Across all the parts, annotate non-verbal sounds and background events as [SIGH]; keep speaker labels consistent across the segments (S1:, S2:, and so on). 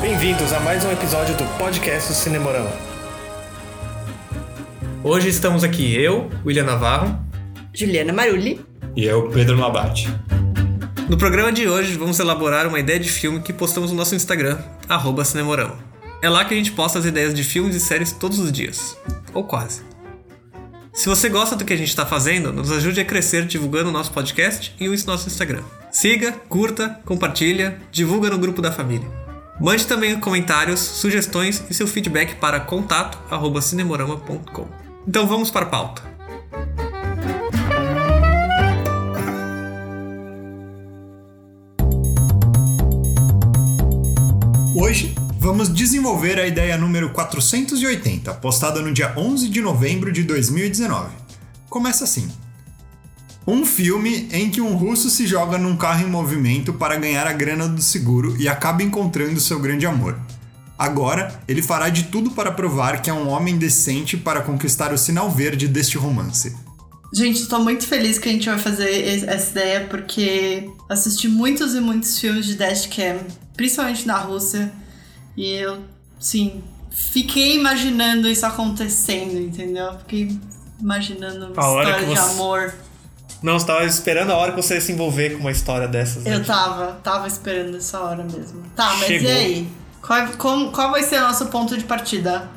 S1: Bem-vindos a mais um episódio do podcast do Cinemorama.
S2: Hoje estamos aqui eu, William Navarro.
S3: Juliana Marulli.
S4: E eu, Pedro Mabate.
S2: No programa de hoje vamos elaborar uma ideia de filme que postamos no nosso Instagram, arroba Cinemorama. É lá que a gente posta as ideias de filmes e séries todos os dias. Ou quase. Se você gosta do que a gente está fazendo, nos ajude a crescer divulgando o nosso podcast e o nosso Instagram. Siga, curta, compartilha, divulga no grupo da família. Mande também comentários, sugestões e seu feedback para contato@cinemorama.com. Então vamos para a pauta.
S4: Hoje vamos desenvolver a ideia número 480, postada no dia 11 de novembro de 2019. Começa assim: Um filme em que um russo se joga num carro em movimento para ganhar a grana do seguro e acaba encontrando seu grande amor. Agora, ele fará de tudo para provar que é um homem decente para conquistar o sinal verde deste romance.
S5: Gente, eu tô muito feliz que a gente vai fazer es- essa ideia, porque assisti muitos e muitos filmes de Dashcam, principalmente na Rússia, e eu, sim, fiquei imaginando isso acontecendo, entendeu? Fiquei imaginando uma
S1: A hora
S5: história
S1: que
S5: de
S1: você-
S5: amor.
S1: Não, estava esperando a hora que você se envolver com uma história dessas. né?
S5: Eu tava, tava esperando essa hora mesmo. Tá, mas
S1: Chegou.
S5: e aí? Qual, como- qual vai ser o nosso ponto de partida?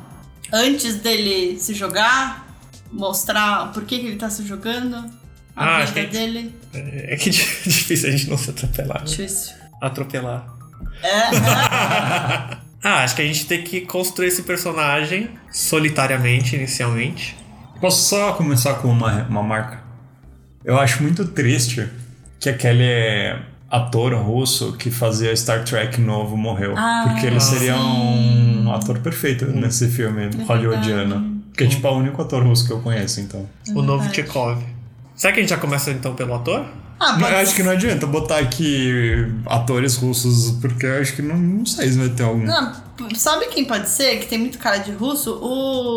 S5: Antes dele se jogar? Mostrar por que, que ele tá se jogando?
S1: Ah,
S5: A
S1: acho
S5: vida
S1: que-
S5: dele?
S1: É que [LAUGHS] di- difícil a gente não se atropelar. né?
S5: Difícil.
S1: Atropelar.
S5: É, é.
S1: [LAUGHS] Ah, acho que a gente tem que construir esse personagem solitariamente, inicialmente.
S4: Posso só começar com uma, uma marca? Eu acho muito triste que aquele ator russo que fazia Star Trek novo morreu. porque ele seria um ator perfeito nesse filme hollywoodiano. Que é tipo é o único ator russo que eu conheço, então.
S1: O novo Tchekov. Será que a gente já começa então pelo ator?
S5: Ah,
S4: Mas
S5: pode
S4: eu acho que não adianta botar aqui atores russos, porque eu acho que não, não sei se vai ter algum.
S5: Não, p- sabe quem pode ser? Que tem muito cara de russo?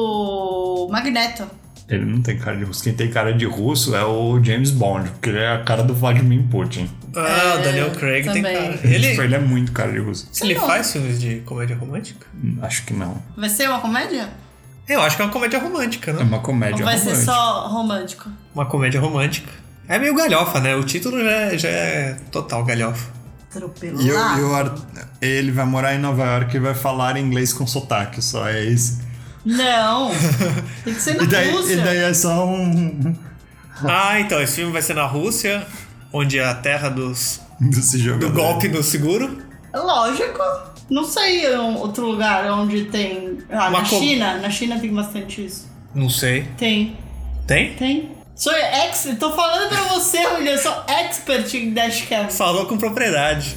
S5: O Magneto.
S4: Ele não tem cara de russo. Quem tem cara de russo é o James Bond, porque ele é a cara do Vladimir Putin.
S1: Ah, o
S5: É,
S1: Daniel Craig tem
S5: também. Tá
S1: cara.
S4: Tipo,
S1: Ele,
S4: ele é muito cara de russo.
S1: ele
S5: não.
S1: faz filmes de comédia romântica?
S4: Acho que não.
S5: Vai ser uma comédia?
S1: Eu acho que é uma comédia romântica,
S4: É
S1: né?
S4: uma comédia
S5: Ou vai ser
S4: romântica.
S5: só romântico?
S1: Uma comédia romântica. É meio galhofa, né? O título já é, já é total [LAUGHS] galhofa.
S5: Atropelado.
S4: E eu, eu ar- ele vai morar em Nova York e vai falar inglês com sotaque, só é isso. [LAUGHS]
S5: Não! Tem que ser na
S4: E daí,
S5: Rússia.
S4: e daí é só um. [LAUGHS]
S1: Ah, então, esse filme vai ser na Rússia, onde é a terra dos,
S4: desse jogo.
S1: do golpe no seguro.
S5: É Lógico. Não sei um, outro lugar onde tem. Ah,
S1: Uma
S5: na
S1: co-
S5: China. Na China tem bastante isso.
S1: Não sei.
S5: Tem,
S1: Tem?
S5: tem. Sou ex. Tô falando pra você, William. Eu sou expert em dashcam.
S1: Falou com propriedade.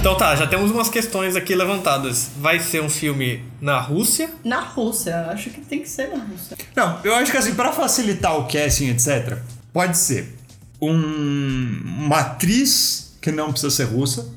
S1: Então tá, já temos umas questões aqui levantadas. Vai ser um filme na Rússia?
S5: Na Rússia. Acho que tem que ser na Rússia.
S4: Não, eu acho que assim, pra facilitar o casting, etc., pode ser um, uma atriz que não precisa ser russa.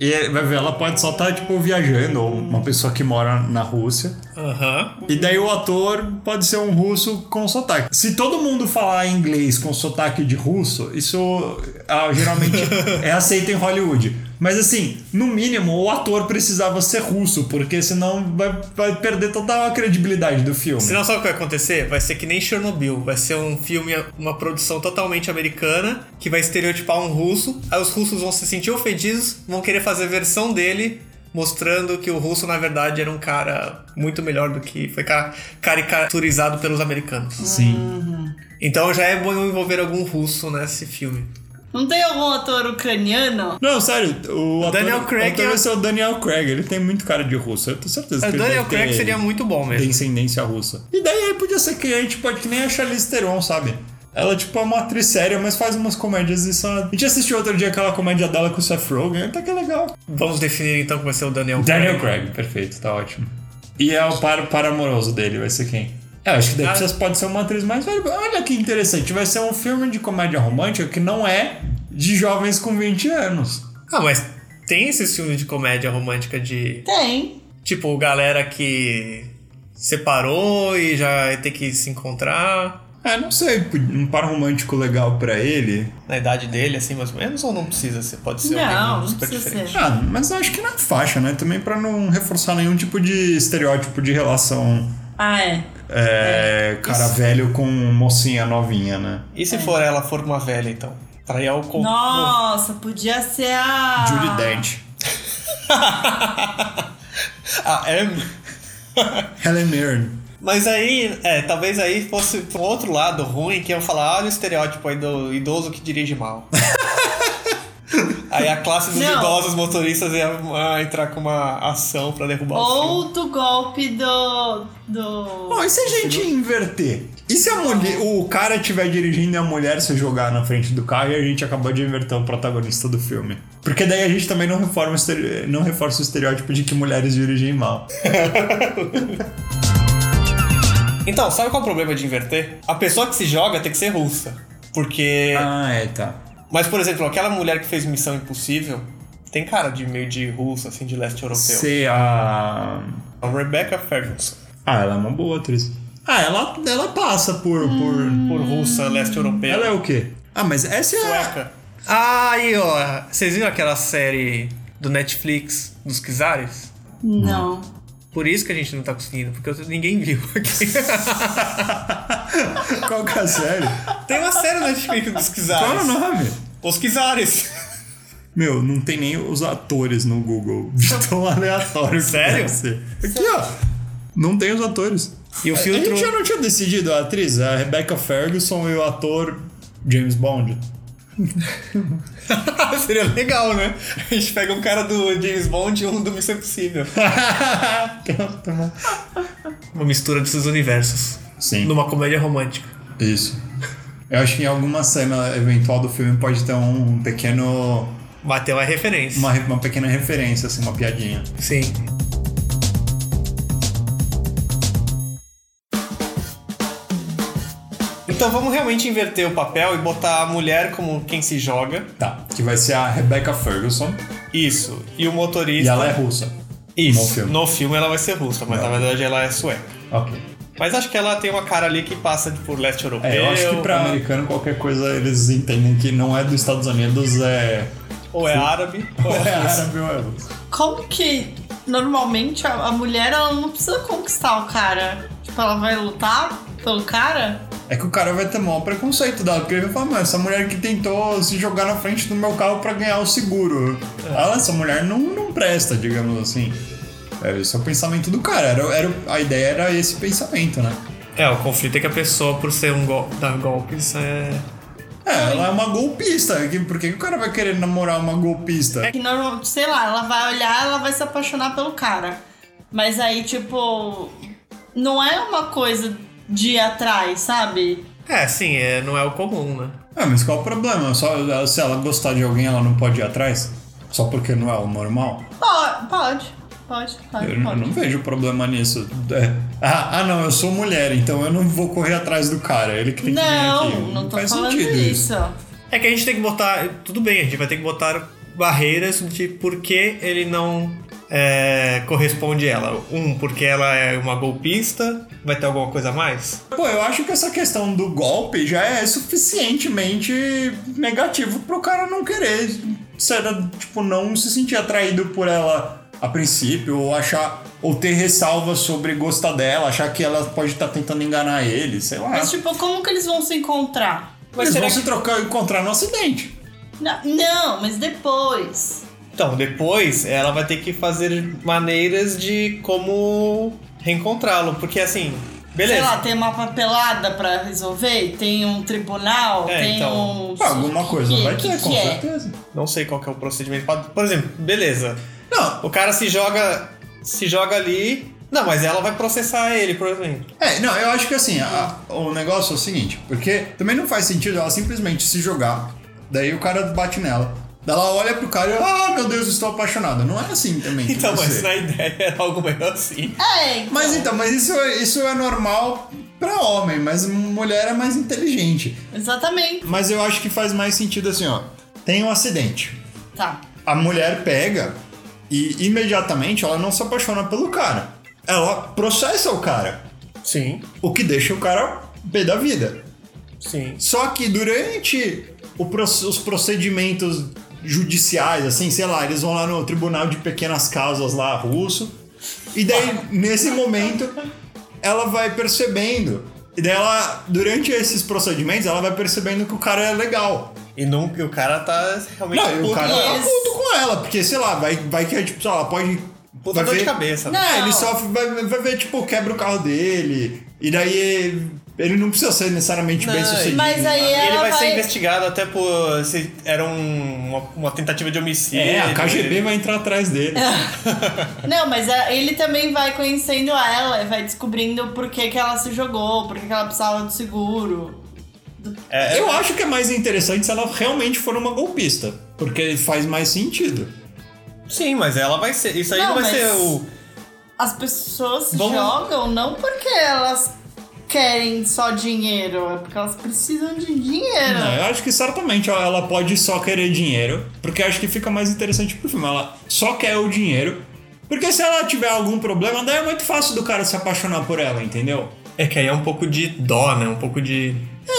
S4: E vai ver, ela pode só estar, tipo, viajando, ou uma pessoa que mora na Rússia.
S1: Aham.
S4: E daí o ator pode ser um russo com sotaque. Se todo mundo falar inglês com sotaque de russo, isso ah, geralmente é aceito em Hollywood. Mas assim, no mínimo, o ator precisava ser russo, porque senão vai, vai perder toda a credibilidade do filme.
S1: Senão sabe o que vai acontecer? Vai ser que nem Chernobyl. Vai ser um filme, uma produção totalmente americana que vai estereotipar um russo. Aí os russos vão se sentir ofendidos, vão querer fazer a versão dele, mostrando que o russo na verdade era um cara muito melhor do que foi ca- caricaturizado pelos americanos.
S4: Sim.
S1: Então já é bom envolver algum russo nesse filme.
S5: Não tem algum ator ucraniano?
S4: Não, sério, o ator,
S1: Daniel Craig
S4: o ator
S1: é-
S4: vai ser o Daniel Craig, ele tem muito cara de russo, eu tenho certeza
S1: O
S4: que ele
S1: Daniel
S4: deve ter
S1: Craig seria muito bom mesmo.
S4: descendência russa. E daí aí podia ser que a gente pode que nem a Charlize Theron, sabe? Ela, tipo, é uma atriz séria, mas faz umas comédias e só... A gente assistiu outro dia aquela comédia dela com o Seth Rogen, até que é legal.
S1: Vamos definir então que vai ser o Daniel Craig.
S4: Daniel Craig, perfeito, tá ótimo. E é o par, par amoroso dele, vai ser quem? É, acho que daí
S1: Ah.
S4: vocês pode ser uma atriz mais velha. Olha que interessante, vai ser um filme de comédia romântica que não é de jovens com 20 anos.
S1: Ah, mas tem esses filmes de comédia romântica de
S5: Tem.
S1: Tipo, galera que separou e já tem que se encontrar.
S4: Ah, não sei, um par romântico legal pra ele.
S1: Na idade dele, assim, mais ou menos, ou não precisa ser? Pode ser
S5: Não,
S1: alguém
S5: não
S1: é super
S5: precisa
S1: diferente.
S5: ser.
S4: Ah, mas acho que na faixa, né? Também pra não reforçar nenhum tipo de estereótipo de relação
S5: Ah, é.
S4: é, cara velho com mocinha novinha, né?
S1: E se for ela, for uma velha, então? Trair o con-
S5: É. Nossa, podia ser a.
S4: Judy Dent.
S1: Ah, é.
S4: Helen Mirren.
S1: Mas aí, é, talvez aí fosse pro outro lado ruim, que eu falar, olha o estereótipo aí do idoso que dirige mal.
S5: [LAUGHS]
S1: aí a classe dos
S5: Não.
S1: idosos motoristas ia ah, entrar com uma ação pra derrubar o filme.
S5: Ou do golpe do. do...
S4: Bom, e se a gente inverter? E se a mulher, o cara estiver dirigindo e a mulher se jogar na frente do carro e a gente acabou de inverter o protagonista do filme? Porque daí a gente também não, reforma o estere- não reforça o estereótipo de que mulheres dirigem mal.
S1: Então, sabe qual é o problema de inverter? A pessoa que se joga tem que ser russa. Porque.
S4: Ah, é, tá.
S1: Mas, por exemplo, aquela mulher que fez Missão Impossível tem cara de meio de russa, assim, de leste europeu.
S4: Se a.
S1: A Rebecca Ferguson.
S4: Ah, ela é uma boa atriz. Ah, ela, ela passa por. por...
S1: Por russa, leste europeu.
S4: Ela é o quê? Ah, mas essa é. a-
S1: sueca.
S2: Ah, aí, ó. Vocês viram aquela série do Netflix dos Kizares?
S5: Não.
S2: Por isso que a gente não tá conseguindo, porque ninguém viu
S4: [LAUGHS]
S2: aqui.
S4: Qual que é a série?
S1: Tem uma série na Netflix dos
S4: Qual é o
S1: Kizares.
S4: nome?
S1: Os Kizares.
S4: Meu, não tem nem os atores
S1: [LAUGHS]
S4: no Google. Então, De tão aleatório que
S1: Sério?
S4: deve ser. Aqui, ó. Não tem os atores.
S2: E o
S4: A-
S2: filtro-
S4: A gente já não tinha decidido a atriz, a Rebecca Ferguson e o ator James Bond.
S1: Seria legal, né? A gente pega um cara do James Bond e um do Missão Impossível.
S2: Uma mistura desses universos.
S4: Sim.
S2: Numa comédia romântica.
S4: Isso. Eu acho que em alguma cena eventual do filme pode ter um pequeno.
S2: Bateu a referência.
S4: Uma, re- uma pequena referência, assim, uma piadinha.
S2: Sim.
S1: [LAUGHS] Então vamos realmente inverter o papel e botar a mulher como quem se joga.
S4: Tá. Que vai ser a Rebecca Ferguson.
S1: Isso. E o motorista.
S4: E ela é russa.
S1: Isso.
S4: no filme.
S1: ela vai ser russa, mas na verdade ela é sueca.
S4: Ok.
S1: Mas acho que ela tem uma cara ali que passa por leste europeu.
S4: É, eu acho que pra americano qualquer coisa eles entendem que não é dos Estados Unidos, é.
S1: Ou é
S4: [LAUGHS]
S1: árabe, ou é russa.
S4: árabe ou é russo.
S5: Como que normalmente a, a mulher ela não precisa conquistar o cara? Tipo, ela vai lutar pelo cara?
S4: É que o cara vai ter maior preconceito dela, porque ele vai falar, mano, essa mulher que tentou se jogar na frente do meu carro pra ganhar o seguro.
S5: É.
S4: Ah, essa mulher não, não presta, digamos assim. É, esse é o pensamento do cara. Era, era, a ideia era esse pensamento, né?
S2: É, o conflito é que a pessoa, por ser um gol dar golpes, é.
S4: É, ela é uma golpista. que- Por que que o cara vai querer namorar uma golpista? [LAUGHS]
S5: É que normalmente, sei lá, ela vai olhar, ela vai se apaixonar pelo cara. Mas aí, tipo, não é uma coisa de ir atrás, sabe?
S2: É, sim, é, não é o comum, né?
S4: Ah, mas qual o problema? Só, se ela gostar de alguém, ela não pode ir atrás? Só porque não é o normal?
S5: Pode, pode, pode,
S4: Eu,
S5: pode.
S4: n- eu
S5: pode.
S4: não vejo problema nisso. É. Ah, ah, não, eu sou mulher, então eu não vou correr atrás do cara. Ele que tem que vir aqui.
S5: Não, não tô
S4: faz
S5: falando
S4: sentido Tá.
S5: isso.
S2: É que a gente tem que botar. Tudo bem, a gente vai ter que botar barreiras de por que ele não é, corresponde a ela. Um, porque ela é uma golpista, vai ter alguma coisa a mais?
S4: Pô, eu acho que essa questão do golpe já é suficientemente negativo pro cara não querer. Ser, tipo, não se sentir atraído por ela a princípio, ou achar. Ou ter ressalvas sobre gostar dela, achar que ela pode estar tentando enganar ele, sei lá.
S5: Mas, tipo, como que eles vão se encontrar?
S1: Mas
S4: Eles
S1: será
S4: vão
S1: que...
S4: se trocar encontrar no acidente.
S5: Na- Não, mas depois.
S1: Então, depois ela vai ter que fazer maneiras de como reencontrá-lo. Porque assim, beleza.
S5: Sei lá, tem uma papelada pra resolver, tem um tribunal,
S1: É,
S5: tem
S1: então.
S5: um.
S4: Ah, alguma coisa
S5: que,
S4: vai
S5: que
S4: ter,
S5: que
S4: com
S5: é?
S4: certeza.
S1: Não sei qual que é o procedimento. Por exemplo, beleza.
S4: Não,
S1: O cara se joga. Se joga ali. Não, mas ela vai processar ele, por
S4: [LAUGHS]
S1: exemplo.
S4: É, não, eu acho que assim, a- o negócio é o seguinte, porque também não faz sentido ela simplesmente se jogar, daí o cara bate nela. Daí ela olha pro cara e, ah, meu Deus, estou apaixonada. Não é assim também. que
S1: Então, mas
S4: você-
S1: na ideia era algo melhor assim.
S5: É, então.
S4: Mas então, mas isso, é- isso é normal pra homem, mas mulher é mais inteligente.
S5: Exatamente.
S4: Mas eu acho que faz mais sentido assim, ó. Tem um acidente.
S5: Tá.
S4: a mulher pega e imediatamente ela não se apaixona pelo cara. Ela processa o cara,
S1: Sim.
S4: o que deixa o cara pé da vida.
S2: Sim.
S4: Só que durante o proce- os procedimentos judiciais, assim, sei lá, eles vão lá no Tribunal de Pequenas Causas lá russo. E daí, nesse momento, ela vai percebendo. E daí ela, durante esses procedimentos, ela vai percebendo que o cara é legal.
S2: E nunca, e o cara tá realmente.
S4: Não, e o
S2: puto,
S4: cara tá
S5: eles-
S4: puto com ela, porque, sei lá, vai, vai que, tipo, sei lá, ela pode...
S2: puta
S4: vai
S2: dor
S4: ver-
S2: de cabeça. né?
S5: Não.
S4: é, ele sofre, vai, vai ver, tipo, quebra o carro dele. E daí ele não precisa ser necessariamente
S2: Não,
S4: bem sucedido.
S5: Mas aí
S2: E ele
S5: ela
S2: vai,
S5: vai.
S2: ser investigado até por se era um- uma, uma tentativa de homicídio.
S4: É, a KGB vai entrar atrás dele.
S5: É. Não, mas a- ele também vai conhecendo ela e vai descobrindo por que, que ela se jogou, por que, que ela precisava do seguro.
S2: É,
S4: Eu acho que é mais interessante se ela realmente for uma golpista. Porque faz mais sentido.
S2: Sim, mas ela vai ser. Isso aí não,
S5: Não,
S2: vai
S5: mas-
S2: ser [LAUGHS] o.
S5: As pessoas se
S2: Vamos-
S5: jogam não porque elas querem só dinheiro, é porque elas precisam de dinheiro.
S4: Não, né? eu acho que certamente ó, ela pode só querer dinheiro. Porque eu acho que fica mais interessante pro filme. Ela só quer o dinheiro. Porque se ela tiver algum problema, daí é muito fácil do cara se apaixonar por ela, entendeu?
S2: É que aí é um pouco de dó, né? Um pouco de.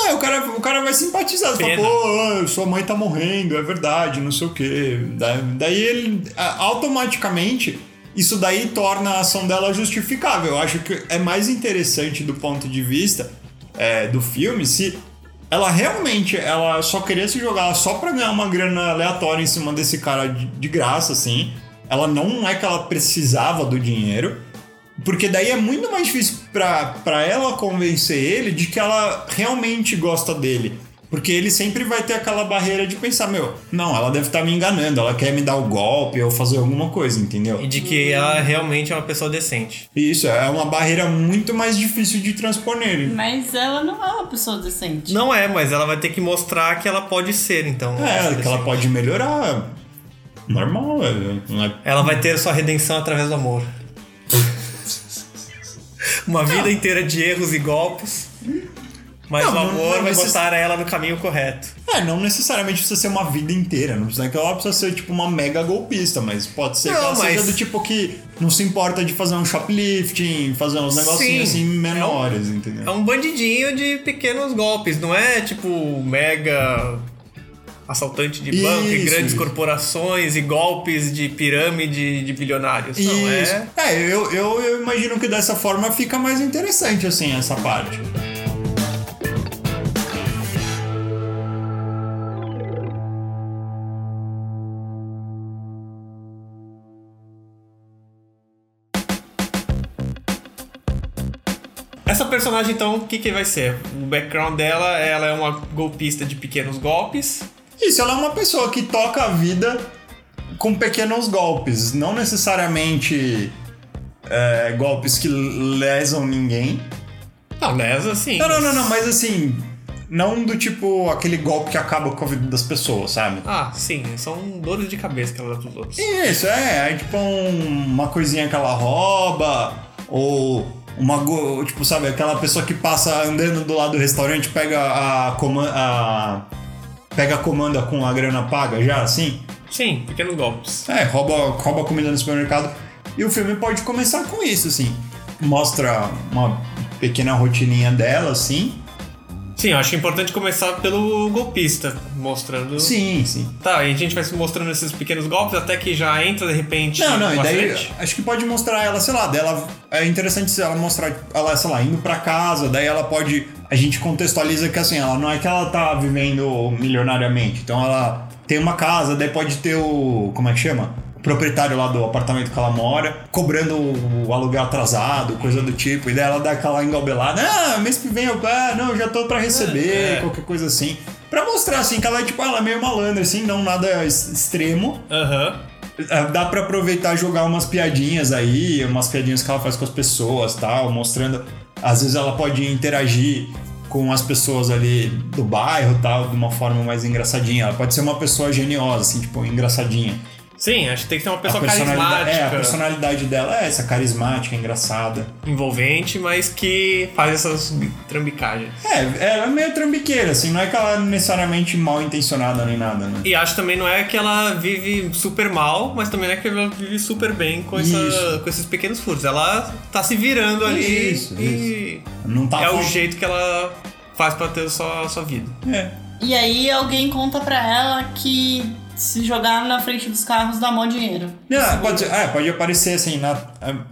S4: É, o cara, o cara vai simpatizar. Fala,
S2: Pena.
S4: pô, sua mãe tá morrendo, é verdade, não sei o quê. Da- Daí ele, a- automaticamente, isso daí torna a ação dela justificável. Eu acho que é mais interessante do ponto de vista é, do filme se ela realmente ela só queria se jogar só pra ganhar uma grana aleatória em cima desse cara de, de graça, assim. Ela não é que ela precisava do dinheiro. Porque daí é muito mais difícil pra, pra ela convencer ele de que ela realmente gosta dele. Porque ele sempre vai ter aquela barreira de pensar, meu, não, ela deve estar me enganando, ela quer me dar o golpe ou fazer alguma coisa, entendeu?
S2: E de que ela realmente é uma pessoa decente.
S4: E isso é uma barreira muito mais difícil de transpor nele.
S5: Mas ela não é uma pessoa decente.
S2: Não é, mas ela vai ter que mostrar que ela pode ser, então.
S4: É, que ela
S2: decente.
S4: pode melhorar. Normal, é- não é
S2: Ela vai ter sua redenção através do amor. Uma vida inteira de erros e golpes. Mas
S4: Não,
S2: o
S4: não-
S2: amor
S4: não
S2: vai
S4: necess-
S2: botar ela no caminho correto.
S4: É, não necessariamente precisa ser uma vida inteira. Não precisa que ela precisa ser, tipo, uma mega golpista, mas pode ser que
S2: Não,
S4: ela
S2: mas-
S4: seja do tipo que não se importa de fazer um shoplifting, fazer uns negocinhos
S2: Sim.
S4: assim menores, entendeu?
S2: É um bandidinho de pequenos golpes, não é tipo mega assaltante de banco e
S4: Isso,
S2: grandes
S4: isso.
S2: corporações e golpes de pirâmide de bilionários. Não é.
S4: Isso. É, eu, eu, eu imagino que dessa forma fica mais interessante, assim, essa parte.
S2: Essa personagem então, o que que vai ser? O background dela, ela é uma golpista de pequenos golpes.
S4: Isso, ela é uma pessoa que toca a vida com pequenos golpes, não necessariamente é, golpes que lesam ninguém.
S2: Não, lesa sim.
S4: Não, não, não, não, mas assim, não do tipo aquele golpe que acaba com a vida das pessoas, sabe?
S2: Ah, sim, são dores de cabeça que ela dá pros outros.
S4: Isso, é, é tipo um- uma coisinha que ela rouba, ou uma, go- tipo, sabe, aquela pessoa que passa andando do lado do restaurante, pega a comanda, a, pega a comanda com a grana paga já, assim.
S2: Sim, pequenos golpes.
S4: É, rouba, rouba comida no supermercado. E o filme pode começar com isso, assim. Mostra uma pequena rotininha dela, assim.
S2: Sim, eu acho importante começar pelo golpista, mostrando.
S4: Sim, sim.
S2: Tá, e a gente vai se mostrando esses pequenos golpes até que já entra de repente.
S4: Não, não,
S2: no
S4: e daí
S2: acidente.
S4: acho que pode mostrar ela, sei lá, dela. É interessante se ela mostrar ela, sei lá, indo pra casa, daí ela pode. A gente contextualiza que assim, ela não é que ela tá vivendo milionariamente. Então ela tem uma casa, daí pode ter o. como é que chama? O proprietário lá do apartamento que ela mora, cobrando o aluguel atrasado, coisa do tipo, e daí ela dá aquela engabelada, ah, mês que vem eu ah, não, já tô pra receber, qualquer coisa assim. Pra mostrar assim que ela é tipo, ela é meio malandra, assim, não nada es- extremo.
S2: Aham.
S4: É, Dá pra aproveitar e jogar umas piadinhas aí, umas piadinhas que ela faz com as pessoas tal, mostrando. Às vezes ela pode interagir com as pessoas ali do bairro tal, de uma forma mais engraçadinha. Ela pode ser uma pessoa geniosa, assim, tipo, engraçadinha.
S2: Sim, acho que tem que ter uma pessoa
S4: personalidade,
S2: carismática,
S4: é, a personalidade dela é essa, carismática, engraçada.
S2: envolvente, mas que faz essas trambicagens.
S4: É, ela é meio trambiqueira, assim, não é que ela é necessariamente mal intencionada nem nada, né?
S2: E acho também não é que ela vive super mal, mas também não é que ela vive super bem com, essa,
S4: Isso.
S2: com esses pequenos furtos. Ela tá se virando ali
S4: Isso,
S2: e
S4: Não tá
S2: é o
S4: fal-
S2: jeito que ela faz pra ter sua, sua vida.
S5: E aí alguém conta pra ela que se jogar na frente dos carros dá mó dinheiro.
S4: Não, pode, é, pode aparecer assim, na-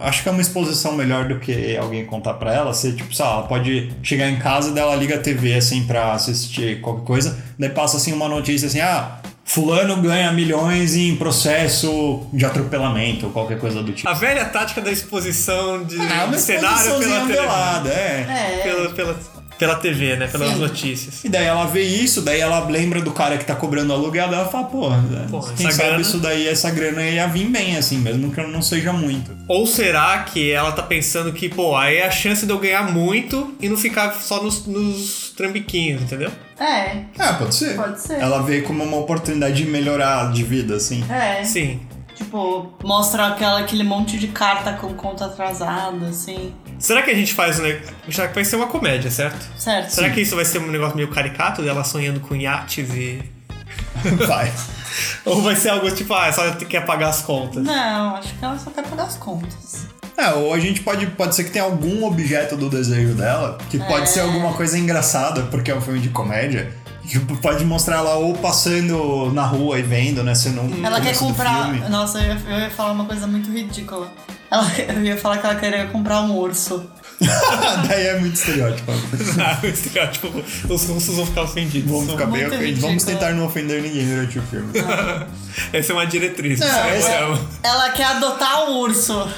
S4: acho que é uma exposição melhor do que alguém contar pra ela. Você, tipo, sei lá, ela pode chegar em casa dela liga a TV assim pra assistir qualquer coisa, daí passa assim uma notícia assim, ah, fulano ganha milhões em processo de atropelamento, ou qualquer coisa do tipo.
S2: A velha tática da exposição de,
S4: Ah,
S2: de cenário pela
S4: exposiçãozinha
S2: televisão.
S4: velada, é.
S5: É.
S2: Pela, pela, pela TV, né? Pelas
S5: Sim.
S2: notícias.
S4: E daí ela vê isso, daí ela lembra do cara que tá cobrando aluguel, daí ela fala, pô,
S2: Pô,
S4: quem
S2: essa
S4: sabe
S2: grana-
S4: isso daí, essa grana ia vir bem, assim, mesmo que não seja muito.
S2: Ou será que ela tá pensando que, pô, aí é a chance de eu ganhar muito e não ficar só nos, nos trambiquinhos, entendeu?
S5: É,
S4: É, pode ser.
S5: Pode ser.
S4: Ela vê como uma oportunidade de melhorar de vida,
S2: [LAUGHS]
S4: assim.
S5: é.
S2: Sim.
S5: Tipo, mostra aquela, aquele monte de carta com conta atrasada, assim.
S2: Será que a gente faz um negócio. Será que vai ser uma comédia, certo?
S5: Certo.
S2: Será que isso vai ser um negócio meio caricato dela sonhando com iates e.
S4: Vai.
S2: [LAUGHS] Ou vai ser algo tipo, ah, só quer pagar as contas?
S5: Não, acho que ela só quer pagar as contas.
S4: É, ou a gente pode. Pode ser que tenha algum objeto do desejo dela, que pode
S3: É.
S5: É.
S4: ser alguma coisa engraçada, porque é um filme de comédia. Que pode mostrar ela ou passando na rua e vendo, né? Se não.
S5: Ela quer comprar.
S4: Filme.
S5: Nossa, eu ia, eu ia falar uma coisa muito ridícula. Ela, eu ia falar que ela queria comprar um urso.
S4: [LAUGHS] Daí é muito estereótipo.
S2: Ah, esse cara, tipo, os russos vão ficar ofendidos.
S4: Vamos ficar bem
S5: Muito
S4: ofendidos. Vamos
S5: ridículo.
S4: tentar não ofender ninguém durante o filme.
S2: [LAUGHS] Essa é uma diretriz. isso
S4: É,
S2: é
S4: esse é-
S2: moral.
S5: Ela quer adotar um urso.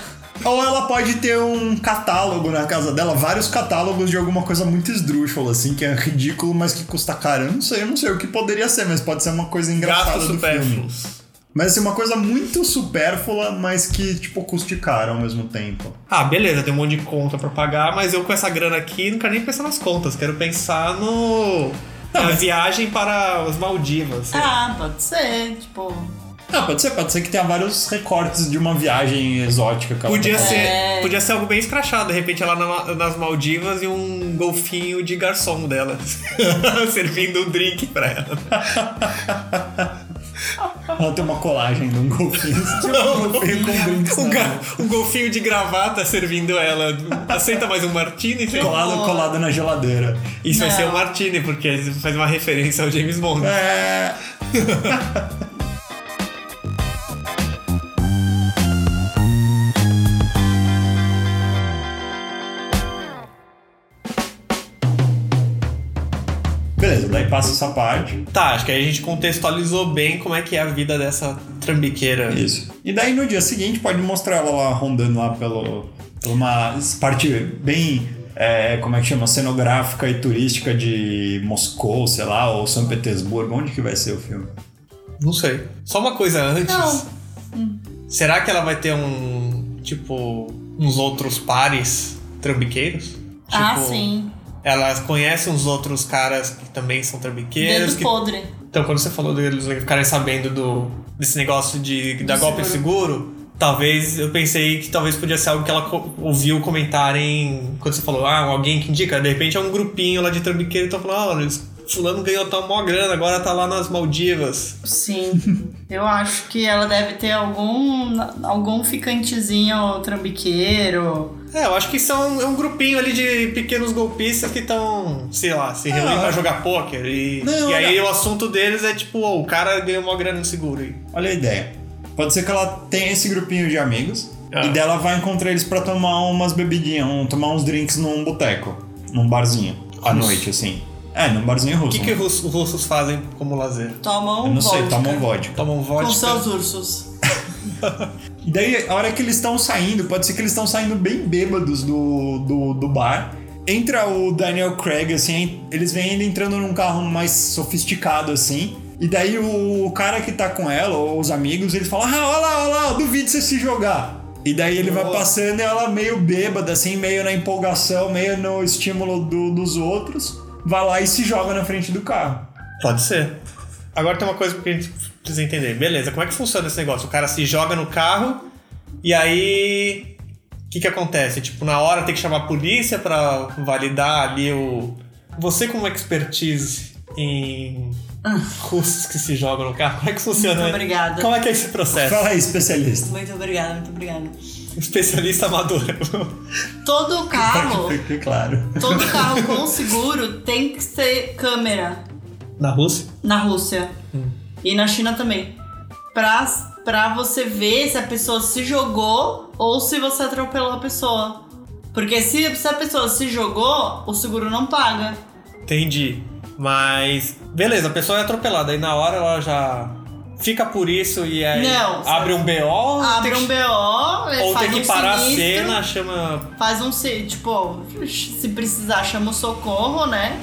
S4: Ou ela pode ter um catálogo na casa dela, vários catálogos de alguma coisa muito esdrúxula, assim, que é ridículo, mas que custa caro. Eu não sei, eu não sei o que poderia ser, mas pode ser uma coisa engraçada
S2: Gastos
S4: do filme.
S2: supérfluos.
S4: Mas assim, uma coisa muito supérflua, mas que, tipo, custe caro ao mesmo tempo.
S2: Ah, beleza, tem um monte de conta pra pagar, mas eu com essa grana aqui não quero nem pensar nas contas, quero pensar no. na viagem para as Maldivas. sei lá.
S5: Ah, pode ser. Tipo.
S4: Ah, pode ser, pode ser que tenha vários recortes de uma viagem exótica. que ela
S2: Podia
S4: tá-
S2: ser, podia ser algo bem escrachado, de repente ela na- nas Maldivas e um golfinho de garçom dela [LAUGHS] servindo um drink pra ela.
S4: Ela tem uma colagem de um golfinho.
S2: [LAUGHS]
S4: [LAUGHS] um golfinho com brinks
S2: Um,
S4: na
S2: ga-
S4: mão.
S2: um golfinho de gravata servindo ela. Aceita mais um martini?
S4: colado, colado na geladeira.
S2: Isso vai
S5: Não.
S2: ser um martini, porque faz uma referência ao James Bond.
S4: É. Beleza, daí passa essa parte.
S2: Tá, acho que aí a gente contextualizou bem como é que é a vida dessa trambiqueira.
S4: Isso. E daí no dia seguinte pode mostrar ela lá rondando lá pelo, por uma parte bem, é, como é que chama, cenográfica e turística de Moscou, sei lá, ou São Petersburgo. Onde que vai ser o filme?
S2: Não sei. Só uma coisa antes. Hum.
S5: Não.
S2: Será que ela vai ter um. Tipo. uns outros pares trambiqueiros?
S5: ah,
S2: Tipo,
S5: sim.
S2: Elas conhecem uns outros caras que também são trambiqueiros.
S5: Dedo
S2: que-
S5: podre.
S2: Então, quando você falou deles ficarem sabendo do, desse negócio de da
S5: Do
S2: golpe seguro, talvez eu pensei que talvez podia ser algo que ela co- ouviu comentarem quando você falou, ah, [LAUGHS] alguém que indica. De repente é um grupinho lá de trambiqueiro e tá falando, olha, esse fulano ganhou tal mó grana, agora tá lá nas Maldivas.
S5: Sim. Eu acho que ela deve ter algum. algum ficantezinho trambiqueiro.
S2: É, eu acho que são é um grupinho ali de pequenos golpistas que estão, sei lá, se reunindo pra jogar pôquer. E,
S4: É. Não,
S2: e aí
S4: olha-
S2: o assunto deles é tipo, "Ô, o cara ganhou mó grana no seguro aí.
S4: Olha a ideia. Pode ser que ela tenha esse grupinho de amigos
S2: Ah.
S4: e dela vai encontrar eles pra tomar umas bebidinhas, um- tomar uns drinks num boteco, num barzinho, à noite, assim. É, num barzinho
S2: O
S4: russo.
S2: que, que
S4: um-
S2: os russos- os russos fazem como lazer?
S5: Toma um
S4: Eu não sei, tá
S5: vodka
S4: tomam vodka.
S2: Tomam vodka.
S5: Com seus ursos.
S4: E daí, a hora que eles estão saindo, pode ser que eles estão saindo bem bêbados do, do, do bar. Entra o Daniel Craig, assim, eles vêm ele entrando num carro mais sofisticado, assim. E daí o cara que tá com ela, ou os amigos, eles falam: Ah, olha lá, olha lá, duvido você se jogar. E daí ele vai passando e ela meio bêbada, assim, meio na empolgação, meio no estímulo do- dos outros, vai lá e se joga na frente do carro.
S2: Pode ser. Agora tem uma coisa que a gente precisa entender. Beleza, como é que funciona esse negócio? O cara se joga no carro e aí. O que, que acontece? Tipo, na hora tem que chamar a polícia pra validar ali o. Você, como expertise em russos que se jogam no carro. Como é que funciona?
S5: Muito obrigada.
S2: Como é que é esse processo?
S4: Fala aí, especialista.
S5: Muito obrigada, muito obrigada.
S2: Especialista amador.
S5: Todo carro,
S4: Pra que fique claro.
S5: todo carro com seguro tem que ter câmera
S2: Na Rússia? Hum.
S5: na Rússia e na China também. Pra, pra você ver se a pessoa se jogou ou se você atropelou a pessoa. Porque se, se a pessoa se jogou, o seguro não paga.
S2: Entendi. Mas. Beleza, a pessoa é atropelada. Aí na hora ela já fica por isso e aí
S5: Não,
S2: abre um BO. ou
S5: Abre
S2: tem
S5: um
S2: que-
S5: BO, ele
S2: Ou
S5: faz
S2: tem que
S5: um
S2: parar a
S5: sinistro,
S2: cena, chama.
S5: Faz um se- tipo, se precisar, chama o socorro, né?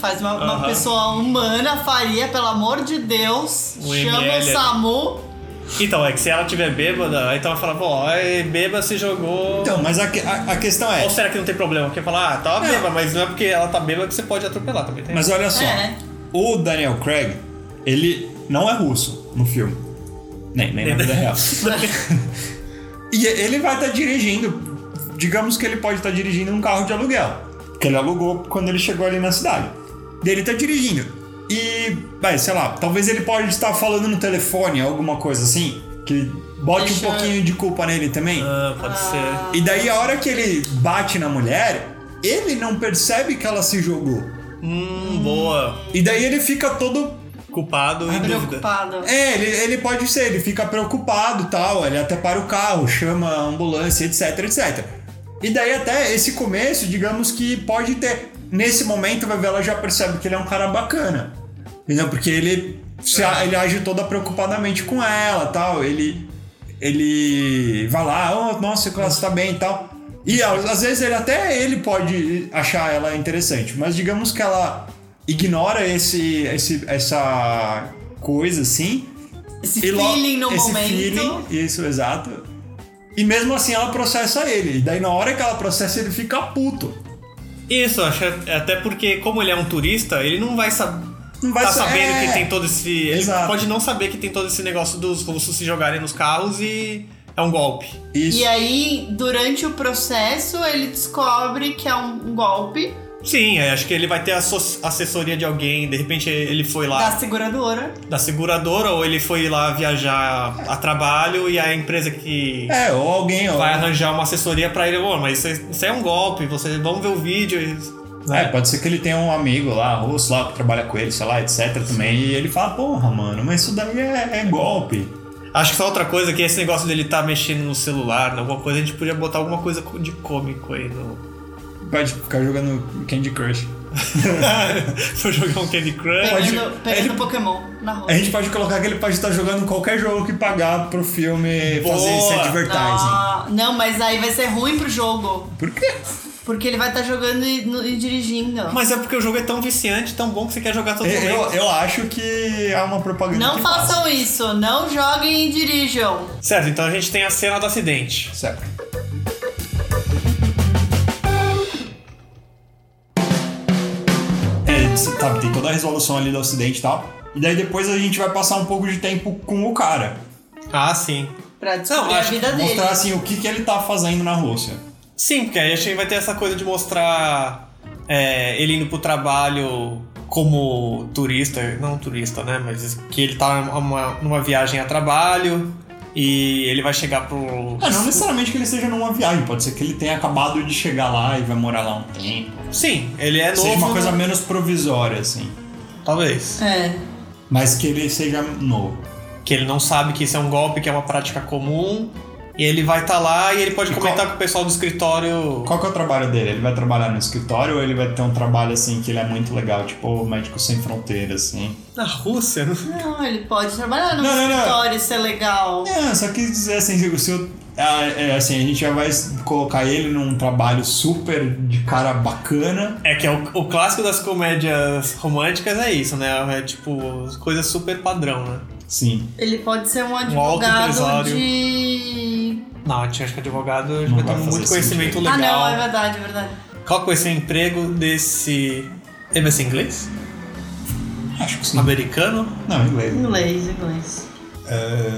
S5: Faz uma, uma
S2: Aham.
S5: pessoa humana, faria, pelo amor de Deus.
S4: Um
S2: O
S5: chama
S2: ML.
S5: o SAMU.
S2: Então, é que se ela tiver bêbada, aí então ela fala, pô, aí bêbada se jogou.
S4: Então, mas a, que- a- a questão é.
S2: Ou será que não tem problema? Porque fala, ah, tá bêbada, mas não é porque ela tá bêbada que você pode atropelar também. Tem.
S4: Mas olha só.
S5: É.
S4: O Daniel Craig, ele não é russo no filme. Nem, nem na vida
S5: [LAUGHS]
S4: real. e ele vai estar dirigindo. Digamos que ele pode estar dirigindo um carro de aluguel. Que ele alugou quando ele chegou ali na cidade. Daí Ele tá dirigindo. E, vai, sei lá, talvez ele pode estar falando no telefone, alguma coisa assim. Que bote
S5: Deixa-
S4: um pouquinho de culpa nele também.
S2: Ah, pode ser.
S4: E daí a hora que ele bate na mulher, ele não percebe que ela se jogou.
S2: Hum, boa.
S4: E daí ele fica todo
S2: Culpado
S4: Ah,
S2: em dúvida.
S5: Preocupado.
S4: É, ele, ele pode ser, ele fica preocupado tal, ele até para o carro, chama a ambulância, etc, etc. E daí até esse começo, digamos que pode ter. Nesse momento, vai ver, ela já percebe que ele é um cara bacana. Entendeu? Porque ele, se a- ele age toda preocupadamente com ela tal, ele. Ele vai lá, oh, nossa, que ela está bem e tal. E a- às vezes ele até ele pode achar ela interessante, mas digamos que ela ignora esse, esse essa coisa assim
S5: Esse
S4: e lo-
S5: feeling no
S4: esse
S5: momento.
S4: feeling, isso, exato. E mesmo assim ela processa ele. E daí na hora que ela processa, ele fica puto.
S2: Isso, acho que é- até porque, como ele é um turista, ele não vai saber.
S4: Não vai
S2: tá
S4: sa-
S2: sabendo
S4: é.
S2: que tem todo esse. Ele
S4: Exato.
S2: pode não saber que tem todo esse negócio dos russos se jogarem nos carros e é um golpe.
S4: Isso.
S5: E aí, durante o processo, ele descobre que é um um golpe
S2: Sim, é, acho que ele vai ter asso- assessoria de alguém, de repente ele foi
S4: Tá.
S2: lá
S5: da seguradora.
S2: da seguradora ou ele foi lá viajar a trabalho e a empresa que
S4: É, ou alguém, ó.
S2: vai arranjar uma assessoria pra ele, "Ô, mas isso, isso é um golpe, vocês vão ver o vídeo. e-"
S4: É, pode ser que ele tenha um amigo lá, russo lá, que trabalha com ele, sei lá, etc. também. E ele fala, porra, mano, mas isso daí é, é golpe.
S2: Acho que só outra coisa que esse negócio dele tá mexendo no celular, em alguma coisa, a gente podia botar alguma coisa de cômico aí no, [LAUGHS]
S4: Pode ficar jogando Candy Crush.
S2: Foi jogar um Candy Crush.
S5: Pegando,
S4: Pode- É
S5: pegando
S4: ele-
S5: Pokémon na rua.
S4: A gente pode colocar que ele pode estar jogando qualquer jogo que pagar pro filme fazer esse
S2: Boa!
S4: advertising.
S5: Ah, não, mas aí vai ser ruim pro jogo.
S4: Por quê?
S5: Porque ele vai estar jogando e, no- e dirigindo.
S2: Mas é porque o jogo é tão viciante, tão bom que você quer jogar todo
S4: Eu,
S2: momento.
S4: eu, eu acho que há uma propaganda.
S5: não
S4: que
S5: façam isso, não joguem e dirijam.
S2: Certo, então a gente tem a cena do acidente.
S4: passa. Certo. É, você tá, tem toda a resolução ali do acidente e tal. E daí depois a gente vai passar um pouco de tempo com o cara.
S2: Ah, sim.
S5: Pra descobrir
S2: Não,
S5: a
S2: acho
S5: vida dele.
S4: Mostrar assim o que, que ele tá fazendo na Rússia.
S2: Sim, porque aí a gente vai ter essa coisa de mostrar é, ele indo pro trabalho como turista, não turista, né? Mas que ele tá numa, numa viagem a trabalho e ele vai chegar pro.
S4: Ah, não necessariamente que ele esteja numa viagem, pode ser que ele tenha acabado de chegar lá e vai morar lá um tempo.
S2: Sim, ele é novo.
S4: Seja uma
S2: né?
S4: coisa menos provisória, assim.
S2: Talvez.
S5: É.
S4: Mas que ele seja novo.
S2: que ele não sabe que isso é um golpe, que é uma prática comum. E ele vai estar lá e ele pode
S4: E
S2: comentar
S4: qual-
S2: com o pessoal do escritório.
S4: Qual que é o trabalho dele? Ele vai trabalhar no escritório ou ele vai ter um trabalho assim que ele é muito legal, tipo o Médico Sem Fronteiras, assim?
S2: Na Rússia? né?
S5: Não, ele pode trabalhar no
S4: Não, não, não.
S5: escritório e ser legal.
S4: É, só quis dizer assim, se o seu. ah, é, assim, a gente já vai colocar ele num trabalho super de cara bacana.
S2: É que é o, o clássico das comédias românticas é isso, né? É tipo, coisa super padrão, né?
S4: Sim.
S5: Ele pode ser um advogado
S2: autoempresário.
S5: de.
S2: Não, acho acho que advogado eu acho
S4: Não
S2: que eu
S4: vai
S2: tenho
S4: fazer
S2: muito conhecimento
S4: sentido.
S5: Ah, não, é
S2: legal.
S5: verdade, é verdade.
S2: Qual que vai ser o emprego desse. Ele vai ser inglês?
S4: Acho que sim.
S2: Americano?
S4: Não, inglês.
S5: Inglês, inglês.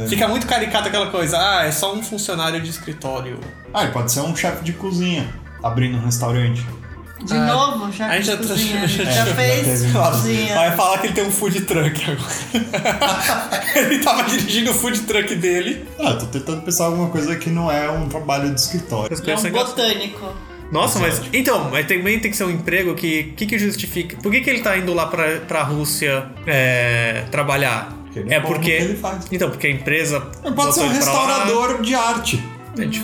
S2: Fica muito caricato aquela coisa, ah, é só um funcionário de escritório.
S4: Ah, ele pode ser um chefe de cozinha, abrindo um restaurante.
S5: De novo, já
S1: a gente
S5: fez
S1: já tá-
S5: cozinha.
S1: já-
S5: Já
S1: já
S5: fez cozinha.
S1: Vai falar que ele tem um food truck [LAUGHS] agora. ele tava dirigindo o food truck dele.
S4: Ah, eu tô tentando pensar alguma coisa que não é um trabalho de escritório.
S5: É um botânico.
S1: Nossa, mas. Então, mas também tem que ser um emprego que. que, que justifica? Por que, que ele tá indo lá pra, pra Rússia é, trabalhar?
S4: Porque ele
S1: é
S4: come o
S1: porque.
S4: que ele faz.
S1: Então, porque a empresa.
S2: É,
S4: Pode ser
S1: botou
S4: um
S1: ele pra lá.
S4: restaurador de arte.
S1: Gente,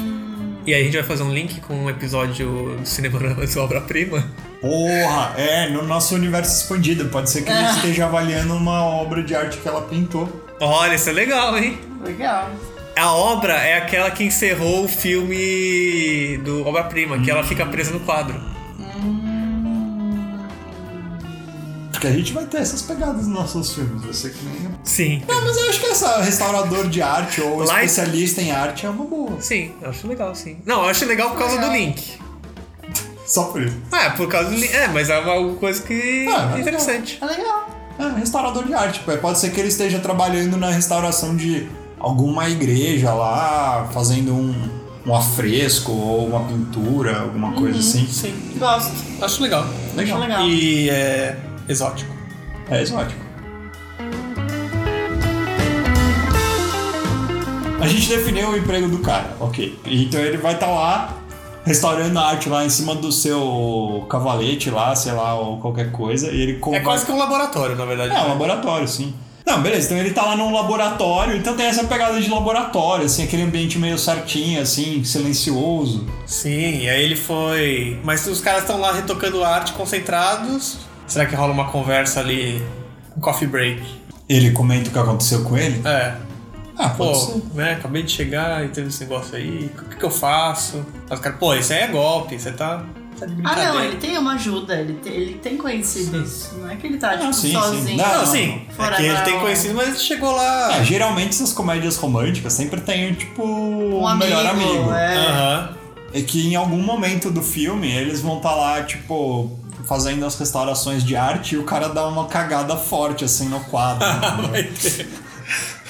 S1: E aí a gente vai fazer um link com um episódio do Cinemarama de obra-prima.
S4: Porra, é, no nosso universo expandido. Pode ser que ele esteja avaliando uma obra de arte que ela pintou.
S1: Olha, isso é legal, hein?
S5: Legal.
S1: A obra é aquela que encerrou o filme do obra-prima, que ela fica presa no quadro.
S4: Porque a gente vai ter essas pegadas nos nossos filmes, você que nem.
S1: Sim.
S4: Ah, mas eu acho que essa restaurador de arte ou
S1: Lá-
S4: especialista em arte é uma boa.
S1: Sim, eu acho legal, sim. Não, eu acho legal por causa do link.
S4: Só por isso.
S1: É, por causa do link. É, mas é uma coisa que.
S4: Ah, mas
S1: interessante.
S5: É legal.
S4: É, restaurador de arte. pô. Pode ser que ele esteja trabalhando na restauração de alguma igreja lá, fazendo um, um afresco ou uma pintura, alguma coisa assim.
S1: Uhum, Sim,
S5: Gosto.
S1: acho legal.
S5: Acho
S4: Legal.
S5: legal.
S1: E é. exótico.
S4: É exótico. A gente definiu o emprego do cara, ok. Então ele vai estar lá restaurando a arte lá em cima do seu cavalete lá, sei lá, ou qualquer coisa, e ele
S1: É
S4: compra-
S1: quase que um laboratório, na verdade.
S4: é, um laboratório, sim. Não, beleza, então ele tá lá num laboratório, então tem essa pegada de laboratório, assim, aquele ambiente meio certinho, assim, silencioso.
S1: Sim, e aí ele foi. Mas os caras estão lá retocando arte, concentrados. Será que rola uma conversa ali? Um coffee break?
S4: Ele comenta o que aconteceu com ele?
S1: É.
S4: Ah, pode
S1: Pô,
S4: ser.
S1: né? Acabei de chegar e teve esse negócio aí. O que, que eu faço? Aí os caras, pô, isso aí é golpe, você tá. Tá de
S5: Ah,
S1: brincadeira.
S5: não, ele tem uma ajuda, ele tem, ele tem conhecido isso. Não é que ele tá, tipo,
S4: sim, sim.
S5: sozinho.
S4: Não,
S1: Não, sim.
S5: Fora
S1: é que ele
S5: da-
S1: tem conhecido, mas ele chegou lá.
S4: Ah, geralmente essas comédias românticas sempre tem, tipo,
S5: Um amigo,
S4: melhor amigo.
S5: É.
S1: Aham.
S4: É que em algum momento do filme eles vão estar lá, tipo, fazendo as restaurações de arte e o cara dá uma cagada forte, assim, no quadro. [LAUGHS] entendeu?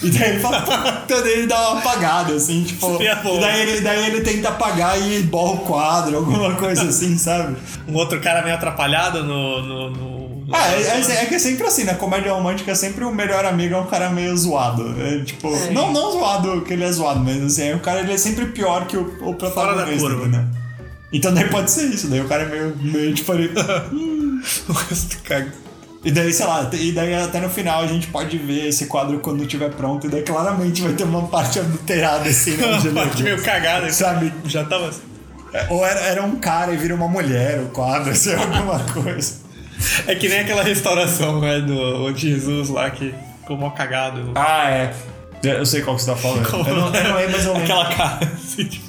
S4: e daí ele fala, [LAUGHS] puta, daí ele dá uma apagada, assim, tipo.
S1: Seria bom.
S4: E daí ele, daí ele tenta apagar e borra o quadro, alguma coisa assim, sabe?
S1: Um outro cara meio atrapalhado no. no, no- no-
S4: Ah,
S1: [LAUGHS]
S4: é, é- é que é sempre assim, na comédia romântica é sempre o melhor amigo é um cara meio zoado. É, tipo,
S5: Sim.
S4: não, não zoado que ele é zoado, mas assim, aí o cara ele é sempre pior que o, o protagonista,
S1: curva.
S4: né? Então daí pode ser isso, daí o cara é meio, meio tipo ali. é. e daí, sei lá, e daí até no final a gente pode ver esse quadro quando estiver pronto, e daí claramente vai ter uma parte adulterada assim,
S1: [LAUGHS]
S4: né? [LAUGHS] onde ele-
S1: Uma parte meio cagada,
S4: Sabe? tá
S1: Já tava assim.
S4: Ou era, era um cara e vira uma mulher o quadro, [LAUGHS] assim, alguma coisa.
S1: É que nem aquela restauração, né? Do de Jesus lá que ficou mó cagado.
S4: Ah, é. Eu sei qual É que você tá falando. Eu não, eu não lembro, [LAUGHS] mas eu lembro.
S1: Aquela cara, [LAUGHS] assim, tipo,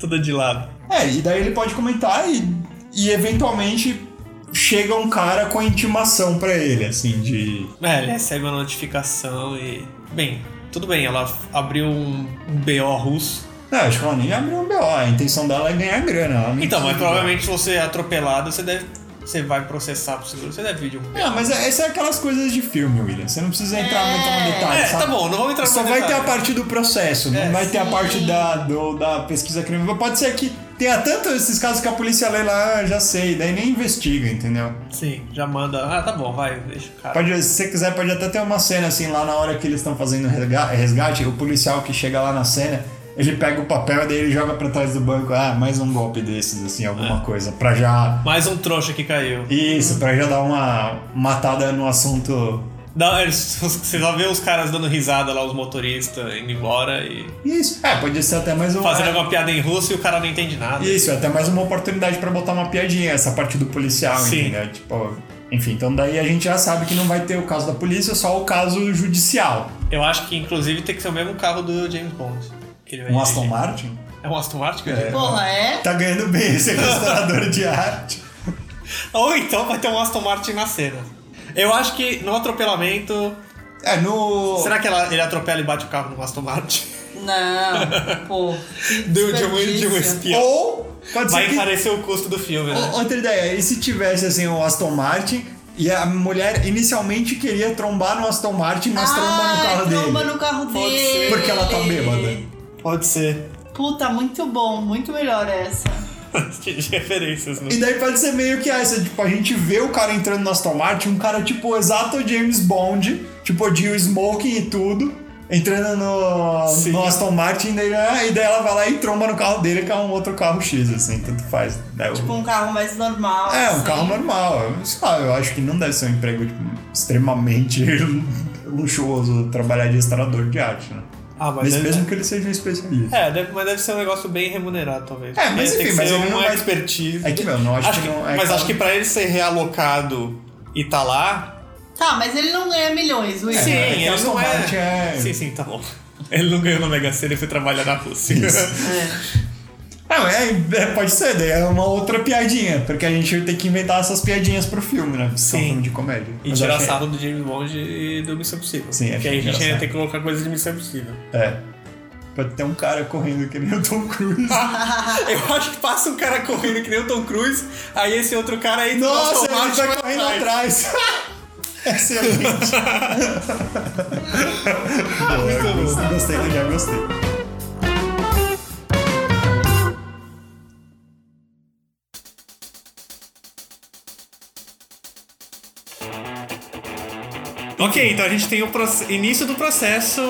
S1: toda de lado.
S4: É, e daí ele pode comentar e, e eventualmente chega um cara com a intimação pra ele, assim, de.
S1: É, ele recebe uma notificação e. Bem, tudo bem, ela f- abriu um, um BO russo.
S4: Não, acho que ela nem abriu um BO, a intenção dela é ganhar grana. ela não
S1: Então, mas
S4: precisa.
S1: provavelmente se você é atropelado, você deve. Você vai processar pro seguro, você deve vir de um.
S4: É, mas essas são aquelas coisas de filme, William. Você não precisa entrar muito no detalhe.
S1: É,
S4: sabe?
S1: tá bom, não vamos entrar no
S4: Só vai ter
S1: detalhe.
S4: a parte do processo, não vai ter a parte da, do- da pesquisa criminal. Pode ser que tenha tanto esses casos que a polícia lê lá, "Ah, já sei, daí nem investiga, entendeu?
S1: Sim, já manda. Ah, tá bom, vai, deixa o cara.
S4: Pode, se você quiser, pode até ter uma cena assim lá na hora que eles estão fazendo resga- resgate, o policial que chega lá na cena, ele pega o papel e daí ele joga pra trás do banco, ah, mais um golpe desses, assim, alguma coisa, pra já.
S1: Mais um trouxa que caiu.
S4: Isso, pra já dar uma matada no assunto.
S1: Não, [LAUGHS] eles- você só vê os caras dando risada lá, os motoristas indo embora e.
S4: Isso, é, pode ser até mais um.
S1: Fazendo alguma piada em russo e o cara não entende nada.
S4: Isso, até mais uma oportunidade pra botar uma piadinha, essa parte do policial,
S1: Sim.
S4: entendeu? Tipo, enfim, então daí a gente já sabe que não vai ter o caso da polícia, só o caso judicial.
S1: Eu acho que inclusive tem que ser o mesmo carro do James Bond. Que ele vai
S4: Um Aston
S1: dirigir.
S4: Martin?
S1: É um Aston Martin que eu digo?
S5: Porra, é?
S4: Tá ganhando bem esse restaurador de arte.
S1: Ou então vai ter um Aston Martin na cena. Eu acho que no atropelamento.
S4: É, no.
S1: Será que ela- ele atropela e bate o carro no Aston Martin?
S5: Não, pô. que
S1: [LAUGHS] Deu de um, de um
S5: desperdício.
S1: espião.
S4: Ou pode
S1: Vai
S4: ser que...
S1: encarecer o custo do filme, né?
S4: O- Outra ideia, e se tivesse assim o Aston Martin e a mulher inicialmente queria trombar no Aston Martin, mas tromba no
S5: Ah,
S4: carro
S5: tromba
S4: dele.
S5: no carro
S1: Pode ser.
S5: dele.
S3: tá
S4: Porque ela tá bêbada.
S3: [LAUGHS]
S1: Pode ser.
S5: Puta, muito bom, muito melhor essa.
S1: de referências, né?
S3: E daí pode ser meio que essa, tipo, a gente vê o cara entrando no Aston Martin, um cara tipo exato James Bond, tipo, de smoking e tudo, entrando no,
S1: Sim.
S3: no Aston Martin, e daí, ah, e daí ela vai lá e tromba no carro dele, que é um outro carro X, assim, tanto faz. Daí o-
S5: Tipo um carro mais normal.
S3: é, um
S5: assim.
S3: carro normal. Eu- Sei lá, eu acho que não deve ser um emprego tipo, extremamente [LAUGHS] luxuoso trabalhar de restaurador de arte, né?
S1: Ah,
S3: Mas
S1: deve-
S3: mesmo que ele seja um especialista.
S1: É, deve- mas deve ser um negócio bem remunerado, talvez.
S3: É, mas
S1: Tem
S3: enfim,
S1: que
S3: mas
S1: ser
S3: ele não
S1: uma
S3: vai-
S1: expertise.
S3: É que, meu, não acho,
S1: Acho
S3: que,
S1: que-
S3: não é
S1: mas
S3: aquela-
S1: acho que pra ele ser realocado e tá lá.
S5: Tá, mas ele não ganha milhões, o
S1: sim,
S5: Ian.
S3: é que
S1: ele
S3: Aston
S1: não é...
S3: Martin é-
S1: Sim, sim, tá bom. [LAUGHS] Ele não ganhou na Mega Sena e foi trabalhar na Rússia.
S5: É.
S3: Não, é, é, pode ser, daí é uma outra piadinha, porque a gente tem que inventar essas piadinhas pro filme, né? Porque Sim.
S1: Sim.
S3: um filme de comédia.
S1: [LAUGHS] E
S3: Mas eu
S1: tirar
S3: achei-
S1: sarro do James Bond e do Missão Possível.
S3: Sim,
S1: Porque
S3: achei
S1: aí a gente ainda
S3: engraçado.
S1: tem que colocar coisa de Missão Possível.
S3: É. Pode ter um cara correndo que nem o Tom Cruise.
S1: [LAUGHS] Eu acho que passa um cara correndo que nem o Tom Cruise, aí esse outro cara aí...
S3: Nossa,
S1: o
S3: ele vai correndo atrás. [LAUGHS] Excelente. Boa, eu gostei, gostei, eu já gostei.
S1: Ok, então a gente tem o proce- início do processo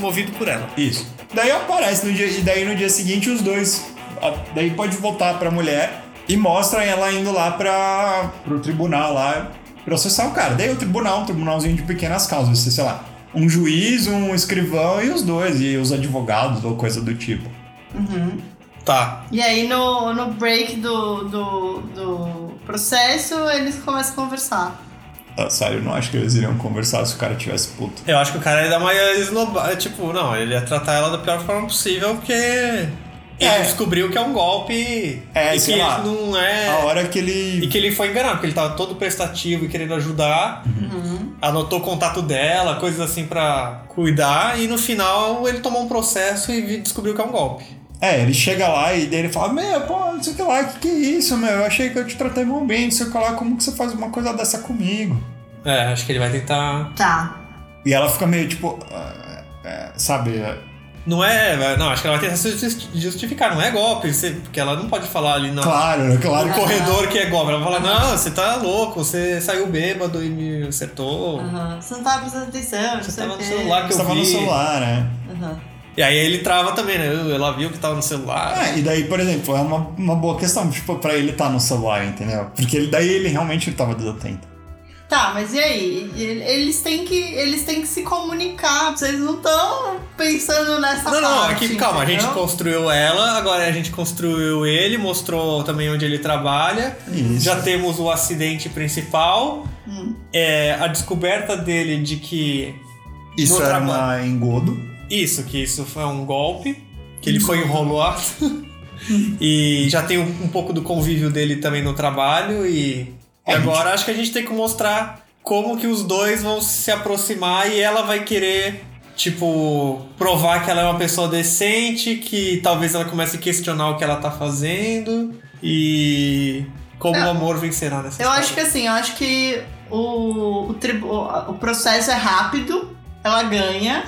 S1: movido por ela.
S3: Isso. Daí aparece no dia, e daí no dia seguinte os dois. a- Daí pode voltar pra mulher e mostra ela indo lá pra, pro tribunal lá processar o cara. Daí o tribunal, um tribunalzinho de pequenas causas, sei lá, um juiz, um escrivão e os dois, e os advogados ou coisa do tipo.
S1: Tá.
S5: E aí no, no break do, do, do processo, eles começam a conversar.
S3: Ah, Sério, eu não acho que eles iriam conversar se o cara tivesse puto.
S1: Eu acho que o cara ia dar uma esnoba... Tipo, não, ele ia tratar ela da pior forma possível, porque... Ele
S3: É.
S1: descobriu que é um golpe
S3: É,
S1: e que
S3: sei
S1: ele
S3: lá.
S1: não é...
S3: A hora que
S1: E
S3: ele.
S1: que ele foi enganado, porque ele tava todo prestativo e querendo ajudar.
S3: Uhum.
S1: Anotou o contato dela, coisas assim pra cuidar. E no final ele tomou um processo e vi- descobriu que é um golpe.
S3: É, ele chega lá e daí ele fala: Meu, pô, não sei o que lá, que que é isso, meu? Eu achei que eu te tratei mal bem, não sei o que lá, como que você faz uma coisa dessa comigo?
S1: É, acho que ele vai tentar.
S5: Tá.
S3: E ela fica meio tipo. ah, é, sabe? é,
S1: Não é. Não, acho que ela vai tentar se justi- justificar, não é golpe. você- porque ela não pode falar ali na.
S3: Claro, né, claro.
S1: No
S3: que-
S1: corredor que é golpe. Ela vai falar, não, você tá louco, você saiu bêbado e me acertou.
S5: Aham. Você não tava prestando atenção, não
S1: Você
S5: sei
S1: tava
S5: o
S1: no
S5: quê.
S1: celular que
S3: Você
S1: eu
S3: tava
S1: vi.
S3: no celular, né?
S5: Aham.
S1: E aí ele trava também, né? "Eu- Ela viu que tava no celular.
S3: É, e daí, por exemplo, é uma, uma boa questão, tipo, pra ele tá no celular, entendeu? Porque ele- daí ele realmente tava desatento.
S5: Tá, mas e aí? E- Eles têm que, eles têm que se comunicar. Vocês não estão pensando nessa
S1: Não,
S5: parte.
S1: não, aqui, calma, a gente
S5: entendeu?
S1: construiu ela, agora a gente construiu ele, mostrou também onde ele trabalha.
S3: Isso.
S1: Já temos o acidente principal,
S5: Hum.
S1: é, a descoberta dele de que.
S3: Isso é
S1: No
S3: era
S1: trabalho.
S3: uma engodo.
S1: Isso, que isso foi um golpe, que ele foi
S3: [LAUGHS]
S1: enrolado. e já tem um, um pouco do convívio dele também no trabalho. E, e
S3: É, a gente-
S1: agora acho que a gente tem que mostrar como que os dois vão se aproximar e ela vai querer. Tipo, provar que ela é uma pessoa decente, que talvez ela comece a questionar o que ela tá fazendo e como o amor vencerá nessa
S5: Eu acho que assim, eu acho que o, o, tribu- o processo é rápido, ela ganha.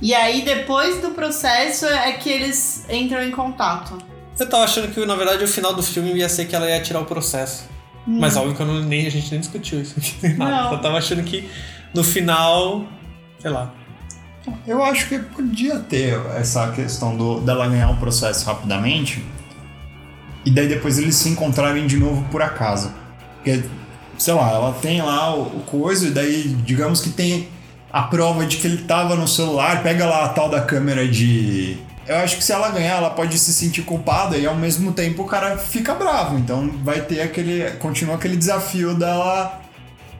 S5: E aí, depois do processo, é que eles entram em contato.
S1: Eu tava tá achando que, na verdade, o final do filme ia ser que ela ia tirar o processo. Mas óbvio que eu não- nem, a gente nem discutiu isso aqui. nem nada.
S5: Hum. Não.
S1: Eu tava achando que no final. Sei lá.
S3: Eu acho que podia ter essa questão do, dela ganhar o processo rapidamente. E daí depois eles se encontrarem de novo por acaso. Porque, sei lá, ela tem lá o, o coisa, e daí, digamos que tem a prova de que ele tava no celular, pega lá a tal da câmera de. Eu acho que se ela ganhar, ela pode se sentir culpada e ao mesmo tempo o cara fica bravo. Então vai ter aquele. Continua aquele desafio dela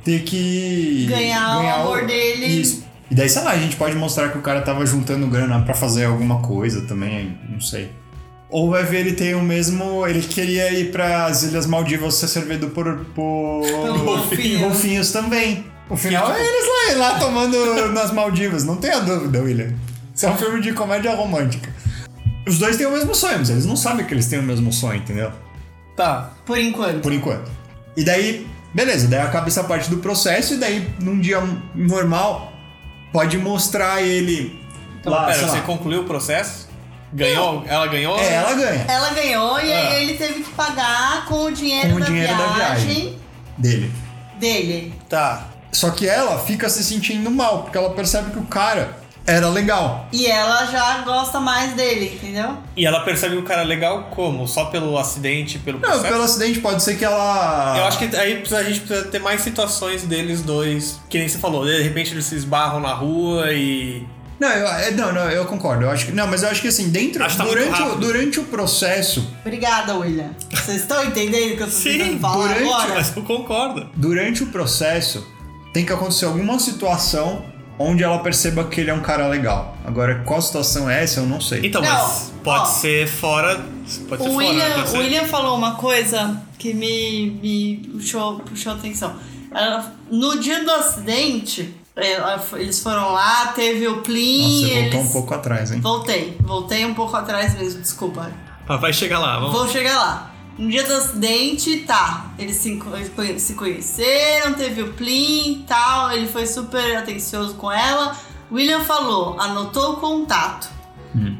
S3: ter que.
S5: Ganhar o amor dele.
S3: Isso. E daí, sei lá, a gente pode mostrar que o cara tava juntando grana pra fazer alguma coisa também, não sei. Ou vai ver ele tem o mesmo. Ele queria ir para as Ilhas Maldivas ser servido por. por
S5: golfinho.
S3: golfinhos também. O final é eles lá, lá tomando [LAUGHS] nas Maldivas, não tenha dúvida, William. Isso é um filme de comédia romântica. Os dois têm o mesmo sonho, mas eles não sabem que eles têm o mesmo sonho, entendeu?
S1: Tá.
S5: Por enquanto.
S3: Por enquanto. E daí, beleza, daí acaba essa parte do processo, e daí, num dia normal, pode mostrar ele.
S1: Então,
S3: lá,
S1: pera,
S3: sei
S1: você
S3: lá.
S1: concluiu o processo? Ganhou? Ela ganhou?
S3: É, ela ganha.
S5: Ela ganhou e aí ele teve que pagar com o dinheiro,
S3: Ah. Com o
S5: da,
S3: dinheiro da
S5: viagem
S3: viagem. Dele.
S5: dele.
S3: Tá. Só que ela fica se sentindo mal, porque ela percebe que o cara era legal.
S5: E ela já gosta mais dele, entendeu?
S1: E ela percebe o cara legal como? Só pelo acidente, pelo
S3: Não, tá.
S1: processo?
S3: pelo acidente pode ser que ela.
S1: Eu acho que aí precisa- a gente precisa ter mais situações deles dois. Que nem você falou, de repente eles se esbarram na rua
S3: [LAUGHS]
S1: e.
S3: Não, eu, é, não, não, eu concordo. Eu acho que, não, mas eu acho que assim, dentro.
S1: Acho que tá muito
S3: durante, o,
S1: rápido.
S3: durante o processo,
S5: Obrigada, William. Vocês estão entendendo o que eu tô
S1: Sim,
S5: tentando falar
S3: durante-
S5: agora?
S1: Mas eu concordo.
S3: durante o processo, tem que acontecer alguma situação onde ela perceba que ele é um cara legal. Agora, qual situação é essa, eu não sei.
S1: Então,
S5: Não,
S1: mas pode
S5: ó.
S1: ser fora. Pode ser fora.
S5: O William,
S3: né?
S1: Pode
S5: o
S1: ser...
S5: William falou uma coisa que me, me puxou, puxou a atenção. Ela- no dia do acidente, ela- eles foram lá, teve o Plim.
S3: Nossa, você
S5: eles...
S3: voltou um pouco atrás, hein?
S5: Voltei, voltei um pouco atrás mesmo, desculpa.
S1: Ah, Vai chegar lá, vamos.
S5: Vou chegar lá. No dia do acidente, tá. Eles se, enco- eles conhe- se conheceram, teve o Plim e tal. Ele foi super atencioso com ela. William falou, anotou o contato.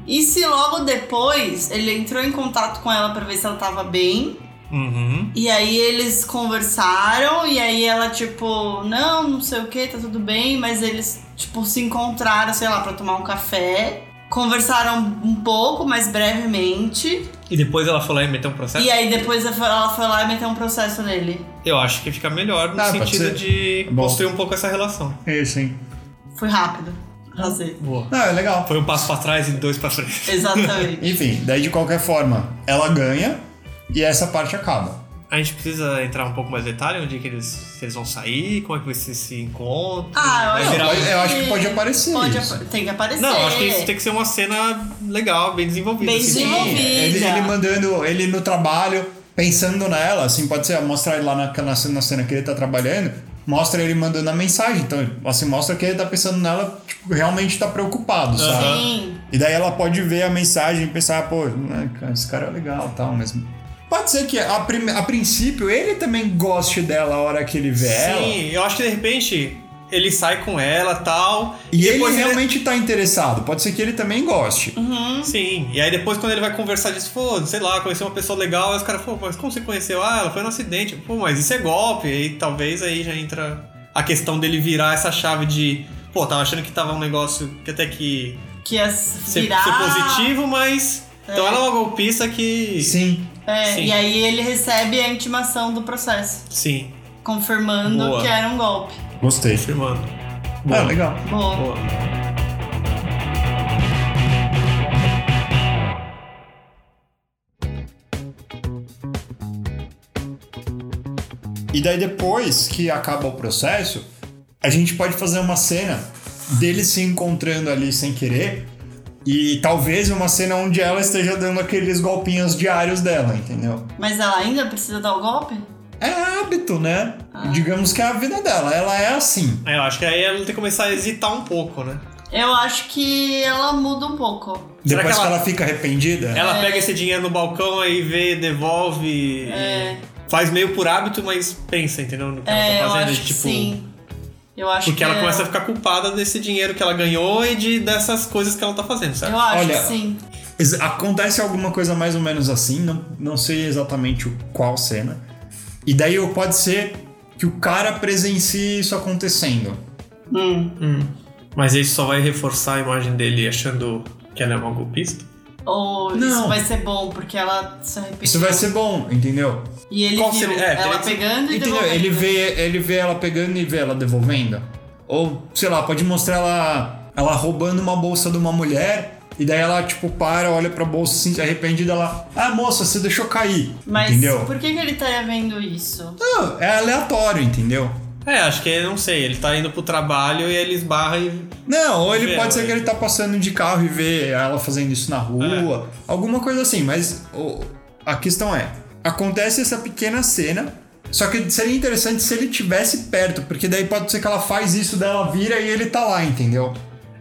S5: E se logo depois ele entrou em contato com ela pra ver se ela tava bem.
S1: Uhum.
S5: E aí eles conversaram, e aí ela, tipo, não, não sei o que, tá tudo bem, mas eles, tipo, se encontraram, sei lá, pra tomar um café. Conversaram um pouco, mas brevemente.
S1: E depois ela falou e meteu um processo?
S5: E aí depois ela foi- ela foi lá e meteu um processo nele.
S1: Eu acho que fica melhor no
S3: Ah, pode
S1: sentido
S3: ser.
S1: de
S3: Bom.
S1: construir um pouco essa relação.
S3: Isso, hein?
S5: Foi rápido. Assim, Fazer.
S1: Boa.
S3: Não, é legal.
S1: Foi um passo pra trás e dois pra frente. [LAUGHS]
S5: Exatamente.
S3: Enfim, daí de qualquer forma, ela ganha e essa parte acaba.
S1: A gente precisa entrar um pouco mais em detalhe onde é que eles, se eles vão sair, como é que vocês se encontram.
S5: Ah, eu
S1: Vai
S5: acho,
S1: virar
S3: Não,
S1: um-
S3: eu acho que pode aparecer
S5: Pode
S3: isso.
S5: apa- Tem que aparecer.
S1: Não, eu acho que isso tem que ser uma cena legal, bem desenvolvida.
S5: É. Bem
S1: assim.
S5: desenvolvida. Envolvida.
S3: ele, ele mandando ele no trabalho, pensando nela, assim, pode ser mostrar ele lá na, na, cena- na cena que ele tá trabalhando, mostra ele mandando a mensagem. Então, assim, mostra que ele tá pensando nela, tipo, realmente tá preocupado, sabe?
S5: Sim.
S3: E daí ela pode ver a mensagem e pensar, pô, né, cara, esse cara é legal e tal, mas. Pode ser que a, prim- a princípio ele também goste dela a hora que ele vê ela.
S1: Sim, eu acho que de repente ele sai com
S3: Ah.
S1: ela tal.
S3: E ele
S1: depois
S3: realmente tá interessado. Pode ser que ele também goste.
S1: Sim, e aí depois quando ele vai conversar disso, pô, sei lá, conheceu uma pessoa legal, aí os caras, pô, mas como você conheceu? Ah, ela foi no acidente. Pô, mas isso é golpe. E talvez aí já entra a questão dele virar essa chave de, pô, tava achando que tava um negócio que até que
S5: Que ia se
S1: ser,
S5: virar.
S1: ser positivo, mas. Então ela é uma golpista que.
S3: Sim.
S5: É,
S1: Sim.
S5: e aí ele recebe a intimação do processo.
S1: Sim,
S5: confirmando
S1: Boa.
S5: que era um golpe.
S3: Gostei.
S1: firmando.
S3: Ah, legal.
S5: Bom,
S1: Boa.
S3: E daí depois que acaba o processo, a gente pode fazer uma cena deles se encontrando ali sem querer e talvez uma cena onde ela esteja dando aqueles golpinhos diários dela, entendeu?
S5: mas ela ainda precisa dar o golpe?
S3: É hábito, né? Digamos que é a vida dela, ela é assim.
S1: É, eu acho que aí ela tem que começar a hesitar um pouco, né?
S5: Eu acho que ela muda um pouco.
S1: Será
S3: Depois
S1: que
S3: que
S1: ela- É.
S3: ela... fica arrependida,
S1: Ela pega esse dinheiro no balcão, aí vê, devolve.
S5: É.
S1: e Faz meio por hábito, mas pensa, entendeu? No que
S5: É,
S1: ela
S5: eu
S1: tá fazendo.
S5: acho
S1: tipo,
S5: que sim. Eu acho
S1: Porque
S5: que
S1: ela começa a ficar culpada desse dinheiro que ela ganhou e de, dessas coisas que ela tá fazendo,
S5: Eu
S1: sabe?
S5: acho
S3: Olha,
S5: que sim.
S3: Ex- Acontece alguma coisa mais ou menos assim, não, não sei exatamente o- qual cena. E daí ou pode ser que o cara presencie isso acontecendo.
S5: Hum.
S1: Mas isso só vai reforçar a imagem dele achando que ela é uma golpista.
S5: Ou isso
S3: Não.
S5: vai ser bom, porque ela se arrependeu.
S3: Isso vai ser bom, entendeu?
S5: E ele
S1: Qual
S5: viu
S1: seria- é, teria
S5: ela
S1: que ser-
S5: pegando e
S3: Entendeu?
S5: devolvendo.
S3: Ele vê, ele vê ela pegando e vê ela devolvendo. Ou, sei lá, pode mostrar ela, ela roubando uma bolsa de uma mulher. E daí ela, tipo, para, olha pra bolsa, assim, se arrependida, ela... Ah, moça, você deixou cair.
S5: Mas
S3: Entendeu?
S5: por que, que ele estaria vendo isso?
S3: Não, é aleatório, entendeu?
S1: É, acho que não sei, ele tá indo pro trabalho e ele esbarra e.
S3: Não, ou ele
S1: Vê ela,
S3: pode ser que
S1: né?
S3: ele tá passando de carro e vê ela fazendo isso na rua.
S1: É.
S3: Alguma coisa assim, mas o- a questão é... Acontece essa pequena cena... Só que seria interessante se ele tivesse perto, porque daí pode ser que ela faz isso, daí ela vira e ele tá lá, entendeu?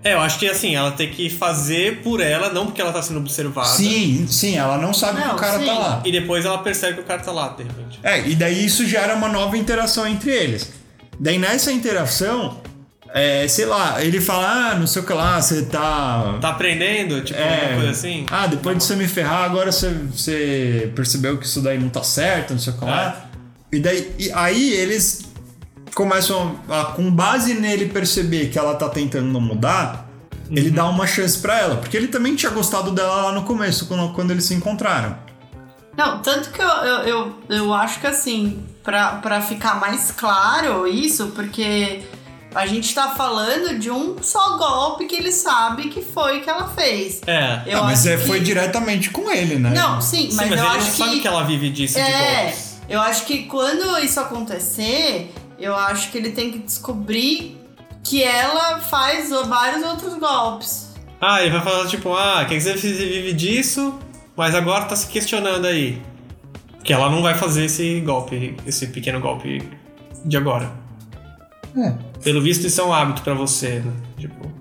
S1: É, eu acho que assim, ela tem que fazer por ela, não porque ela tá sendo observada.
S3: Sim, sim, ela não sabe
S5: Não,
S3: que o cara
S5: sim.
S3: tá lá.
S1: E depois ela percebe que o cara tá lá, de repente.
S3: É, e daí isso gera uma nova interação entre eles. Daí nessa interação, é, sei lá, ele fala, ah, não sei o que lá, você tá.
S1: Tá aprendendo? Tipo,
S3: É,
S1: alguma coisa assim?
S3: Ah, depois de você me ferrar, agora você, você percebeu que isso daí não tá certo, não sei o que lá. E daí e aí eles começam a, com base nele perceber que ela tá tentando não mudar, ele dá uma chance pra ela, porque ele também tinha gostado dela lá no começo, quando, quando eles se encontraram.
S5: Não, tanto que eu, eu, eu, eu acho que assim, pra, pra ficar mais claro isso, porque a gente tá falando de um só golpe que ele sabe que foi que ela fez.
S1: É.
S5: Eu
S3: ah, mas
S5: acho
S3: é,
S5: que-
S3: foi diretamente com ele, né?
S5: Não, sim,
S1: Sim,
S5: mas,
S1: mas,
S5: eu
S1: ele
S5: acho
S1: não sabe que ela vive disso de
S5: É,
S1: golpes.
S5: eu acho que quando isso acontecer, eu acho que ele tem que descobrir que ela faz vários outros golpes.
S1: Ah, ele vai falar tipo, ah, quer dizer que você vive disso, mas agora tá se questionando aí. Que ela não vai fazer esse golpe, esse pequeno golpe de agora. É. Pelo visto, isso é um hábito pra você, né? Tipo.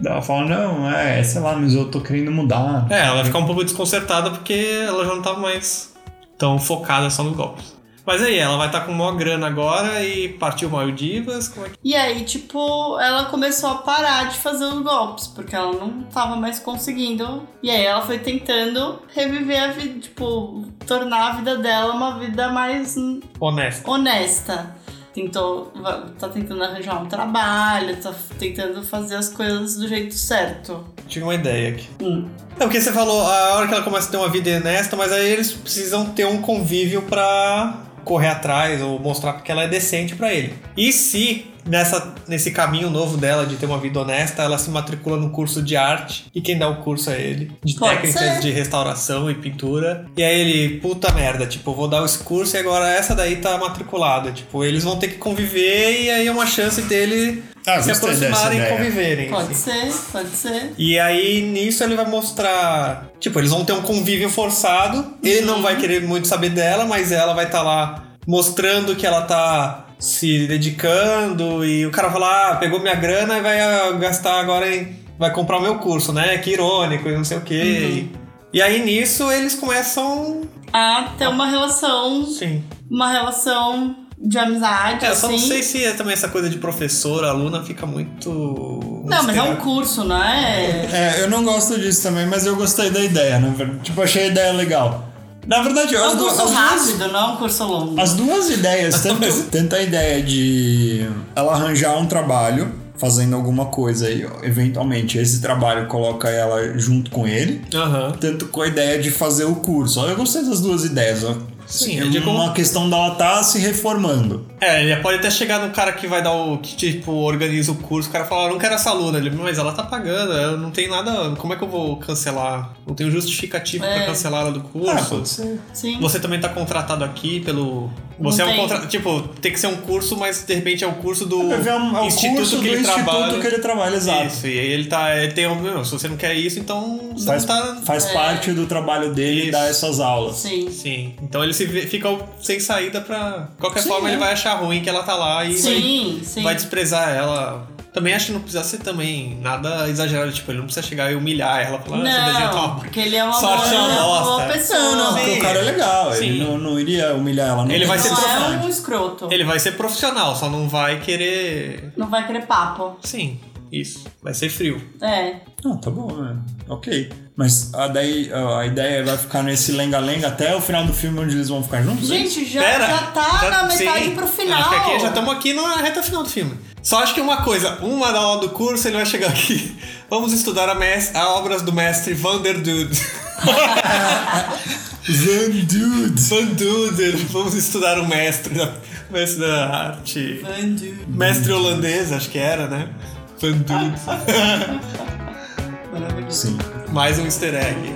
S3: Daí Ela fala, não, é, sei lá, mas eu tô querendo mudar.
S1: É, ela vai ficar um pouco desconcertada porque ela já não tá mais tão focada só nos golpes. Mas aí, ela vai estar com maior grana agora e partiu Maldivas, como é que...
S5: E aí, tipo, ela começou a parar de fazer os golpes, porque ela não tava mais conseguindo. E aí ela foi tentando reviver a vida, tipo, tornar a vida dela uma vida mais hum,
S1: Honesto.
S5: honesta. Tentou, va- tá tentando arranjar um trabalho, tá f- tentando fazer as coisas do jeito certo.
S1: Tive uma ideia aqui.
S5: Hum.
S1: É porque você falou a hora que ela começa a ter uma vida honesta, mas aí eles precisam ter um convívio pra correr atrás ou mostrar que ela é decente pra ele. E se nessa, nesse caminho novo dela de ter uma vida honesta, ela se matricula no curso de arte e quem dá o curso é ele, de
S5: Pode
S1: técnicas
S5: ser.
S1: de restauração e pintura. E aí ele, puta merda, tipo, vou dar esse curso e agora essa daí tá matriculada. Tipo, eles vão ter que conviver e aí é uma chance dele
S6: Ah,
S1: se
S6: gostei dessa
S1: aproximarem e
S6: ideia.
S1: conviverem.
S5: Pode
S1: assim.
S5: ser, pode ser.
S1: E aí nisso ele vai mostrar. Tipo, eles vão ter um convívio forçado. Ele não vai querer muito saber dela, mas ela vai estar lá mostrando que ela tá se dedicando. E o cara vai lá, ah, pegou minha grana e vai ah, gastar agora em. Vai comprar o meu curso, né? Que irônico e não sei o quê. E, e aí nisso eles começam.
S5: Ah, ter uma relação,
S1: Sim.
S5: uma relação de amizade,
S1: É, eu
S5: assim.
S1: só não sei se é também essa coisa de professor, aluna, fica muito.
S5: Não, mas é um curso, não é?
S3: É, eu não gosto disso também, mas eu gostei da ideia, né? Tipo, achei a ideia legal. Na verdade,
S5: É
S3: as,
S5: um
S3: du-
S5: curso
S3: as duas,
S5: rápido, não é um curso longo.
S3: as duas [LAUGHS] ideias, tanto, tanto a ideia de ela arranjar um trabalho, fazendo alguma coisa e eventualmente esse trabalho coloca ela junto com ele,
S1: Aham.
S3: tanto com a ideia de fazer o curso. Eu gostei das duas ideias. ó.
S1: Sim,
S3: é
S1: é de
S3: uma
S1: como-
S3: questão dela tá se reformando.
S1: É, ele pode até chegar no cara que vai dar o. que tipo, organiza o curso, o cara fala, "Ah, "Eu não quero essa aluna. Ele, mas ela tá pagando, eu não tenho nada. Como é que eu vou cancelar? Não tenho justificativo pra
S5: É. Ah,
S1: cancelar ela do
S3: Ah,
S1: curso.
S5: Sim.
S1: Você também tá contratado aqui pelo. Você é um
S5: tem.
S1: contrato. Tipo, tem que ser um curso, mas de repente é um curso do
S3: É, é um- é o
S1: instituto
S3: curso
S1: que
S3: do
S1: ele
S3: instituto
S1: trabalha.
S3: que ele trabalha, exato.
S1: Isso, e aí ele tá. Ele tem um. "Meu, Se você não quer isso, então você
S3: Faz,
S1: não tá.
S3: faz parte do trabalho dele
S1: Isso.
S3: dar essas aulas.
S5: Sim.
S1: Sim. Então ele se vê- fica sem saída pra. Qualquer
S3: Sim,
S1: forma,
S3: é.
S1: ele vai achar ruim que ela tá lá e vai
S5: Sim, sim.
S1: vai desprezar ela. Também acho que não precisa ser também nada exagerado, tipo, ele não precisa chegar e humilhar ela, falar, ah, seu desenho tá
S5: Não,
S1: uma p-".
S5: porque ele é uma boa,
S1: Sorte é uma bosta.
S5: boa pessoa.
S3: Não, não, porque
S1: Sim.
S3: o cara é legal. Ele
S1: Sim.
S3: não, não iria humilhar ela. Não
S1: Ele vai
S5: não
S1: ser
S5: é
S1: trocado.
S5: um escroto.
S1: Ele vai ser profissional, só não vai querer.
S5: Não vai querer papo.
S1: Sim, isso. Vai ser frio.
S5: É.
S3: Não, tá bom, né? Ok. Mas a, daí, a a ideia é vai ficar nesse lenga-lenga até o final do filme onde eles vão ficar juntos? hein?
S5: Gente, já,
S1: Pera,
S5: já tá na metade
S1: sim.
S5: pro final.
S1: Acho que aqui já tá- estamos aqui na reta final do filme. Só acho que uma coisa, uma da aula do curso, ele vai chegar aqui. [LAUGHS] Vamos estudar a, mes- a obras do mestre Vanderdude.
S3: Van Dude!
S1: [LAUGHS] Van Dude, vamos estudar o mestre da, mestre da arte.
S5: Bandido.
S1: Mestre holandês, acho que era, né? Van Dude.
S5: Maravilhoso.
S3: Sim.
S1: Mais um easter egg.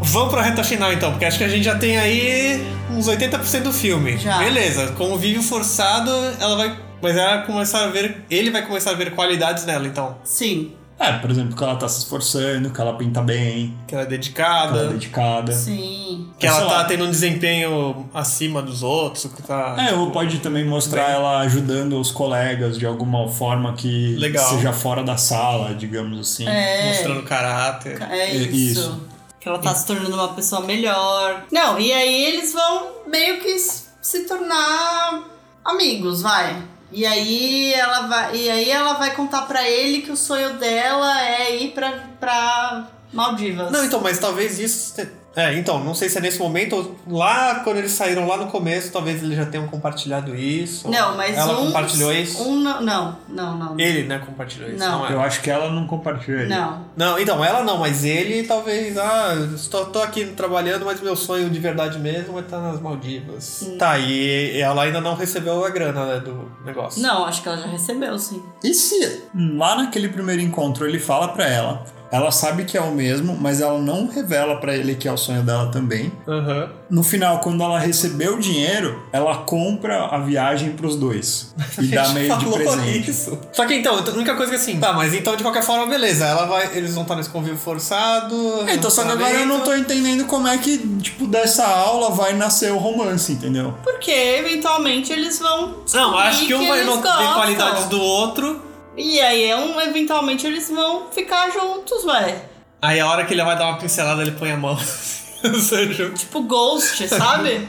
S1: Vamos pra reta final então, porque acho que a gente já tem aí uns 80% do filme.
S5: Já.
S1: Beleza, convívio forçado, ela vai. Mas ela vai começar a ver. Ele vai começar a ver qualidades nela, então.
S5: Sim,
S3: É, por exemplo, que ela tá se esforçando, que ela pinta bem,
S1: Que ela é
S3: que ela é
S1: dedicada,
S3: dedicada.
S5: sim.
S1: que ela
S3: Sei
S1: tá
S3: lá.
S1: tendo um desempenho acima dos outros, que tá.
S3: É, ou pode também mostrar
S1: bem.
S3: ela ajudando os colegas de alguma forma que
S1: Legal.
S3: seja fora da sala, digamos assim.
S5: É,
S1: mostrando caráter.
S5: é
S3: é
S5: isso.
S3: isso.
S5: Que ela tá se tornando uma pessoa melhor. Não, e aí eles vão meio que s- se tornar amigos, vai. E aí ela vai, e aí ela vai contar pra ele que o sonho dela é ir pra, pra Maldivas.
S1: Não, então, mas talvez isso. te- É, então, não sei se é nesse momento ou lá quando eles saíram lá no começo, talvez eles já tenham compartilhado isso.
S5: Não, mas
S1: Ela
S5: um.
S1: compartilhou isso?
S5: Um não, não, não. não.
S1: Ele, né, compartilhou isso.
S5: Não.
S1: Não,
S3: Eu
S1: ela.
S3: acho que ela não compartilha isso.
S5: Não.
S1: não, então, ela não, mas ele talvez. Ah, estou, tô aqui trabalhando, mas meu sonho de verdade mesmo é estar nas Maldivas. Tá, e ela ainda não recebeu a grana né, do negócio.
S5: Não, acho que ela já recebeu, sim.
S3: E se lá naquele primeiro encontro ele fala pra ela, ela sabe que é o mesmo, mas ela não revela pra ele que é o sonho dela também.
S1: Aham.
S3: No final, quando ela recebeu o dinheiro, ela compra a viagem
S1: [LAUGHS]
S3: pros dois e dá meio de
S1: Falou
S3: presente.
S1: Isso. Só que então, a única coisa que assim. Tá, mas então de qualquer forma, beleza. Ela vai. Eles vão estar nesse convívio forçado.
S3: É, Então, só que agora eu não tô entendendo como é que, tipo, dessa aula vai nascer o romance, entendeu?
S5: Porque eventualmente eles vão.
S1: Não, acho
S5: descobrir
S1: que um vai
S5: eles
S1: não ter
S5: gostam.
S1: qualidades do outro.
S5: E aí, é um, eventualmente eles vão ficar juntos, vai.
S1: Aí a hora que ele vai dar uma pincelada, ele põe a mão. [LAUGHS] Ou seja,
S5: Tipo
S1: [LAUGHS]
S5: Ghost, sabe?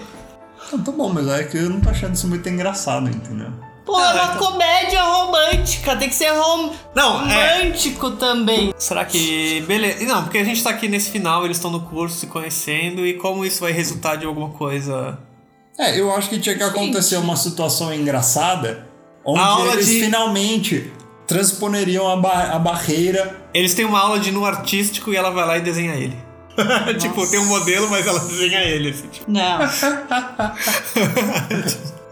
S3: Então, tá bom, mas é que eu não tô achando isso muito engraçado, entendeu?
S5: Pô, é uma comédia romântica, tem que ser rom-
S1: Não, tá é.
S5: romântico também.
S1: Será que. Beleza. Não, porque a gente tá aqui nesse final, eles estão no curso se conhecendo, e como isso vai resultar de alguma coisa.
S3: É, eu acho que tinha que acontecer uma situação engraçada onde
S1: A aula
S3: eles
S1: de-
S3: finalmente transponeriam a, ba- a barreira.
S1: Eles têm uma aula de nu artístico e ela vai lá e desenha ele. [LAUGHS] tipo, tem um modelo, mas ela desenha ele. assim, tipo. [LAUGHS]
S5: Não.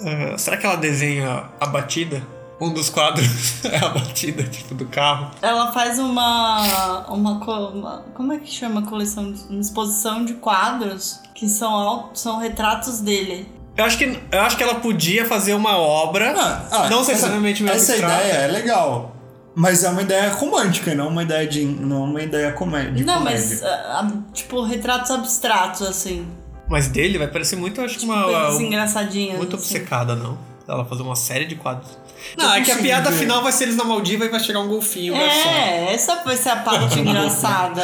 S1: Ah, será que ela desenha a batida? Um dos quadros [LAUGHS] é a batida, tipo, do carro.
S5: Ela faz uma, uma, co- uma- Como é que chama a coleção? de- Uma exposição de quadros que são, au- são retratos dele.
S1: Eu acho que, eu acho que ela podia fazer uma obra.
S3: Ah, ah,
S1: não é
S3: essa-
S1: necessariamente o mesmo
S3: Essa
S1: abstrato.
S3: ideia é legal. Mas é uma ideia romântica, e não uma ideia de. não uma ideia comédia.
S5: Não, mas, ah, ah, tipo, retratos abstratos, assim.
S1: Mas dele vai parecer muito, acho que uma.
S5: coisas
S1: uma-
S5: engraçadinhas.
S1: Ah, É muito
S5: assim.
S1: obcecada, não. Ela fazer uma série de quadros. Não,
S3: Eu
S1: é que a
S3: consigo
S1: piada
S3: ver.
S1: final vai ser eles na Maldiva e vai chegar um golfinho, um garçom.
S5: É, essa vai ser a
S1: [LAUGHS]
S5: parte engraçada.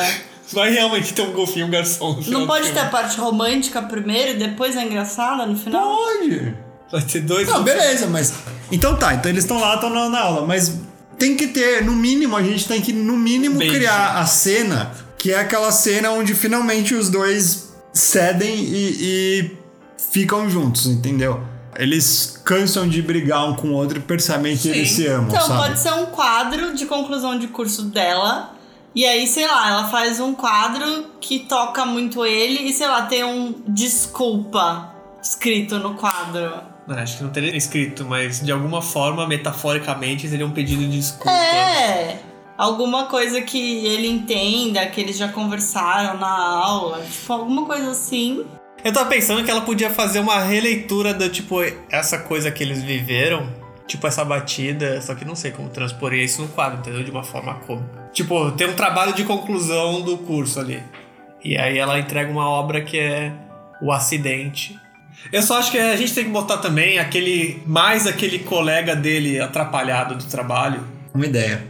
S1: Vai realmente ter um golfinho, um garçom. no final do
S5: Não pode
S1: filme.
S5: ter a parte romântica primeiro e depois a engraçada no final?
S3: Pode!
S1: Vai ter dois.
S3: Não,
S1: golfinhos.
S3: beleza, mas. Então tá, então eles estão lá, estão na, na aula, mas tem que ter, no mínimo, a gente tem que, no mínimo,
S1: Beijo.
S3: criar a cena, que é aquela cena onde finalmente os dois cedem e, e ficam juntos, entendeu? Eles cansam de brigar um com o outro e percebem que eles se amam,
S5: Então
S3: sabe?
S5: pode ser um quadro de conclusão de curso dela. E aí, sei lá, ela faz um quadro que toca muito ele e, sei lá, tem um desculpa escrito no quadro.
S1: Não, acho que não teria escrito, mas de alguma forma, metaforicamente, seria um pedido de desculpa.
S5: É. Alguma coisa que ele entenda, que eles já conversaram na aula, tipo, alguma coisa assim.
S1: Eu tava pensando que ela podia fazer uma releitura do tipo, essa coisa que eles viveram, tipo essa batida, só que não sei como transpor isso no quadro, entendeu? De uma forma cômica. Tipo, tem um trabalho de conclusão do curso ali. E aí ela entrega uma obra que é o acidente. Eu só acho que a gente tem que botar também aquele. mais aquele colega dele atrapalhado do trabalho.
S3: Uma ideia.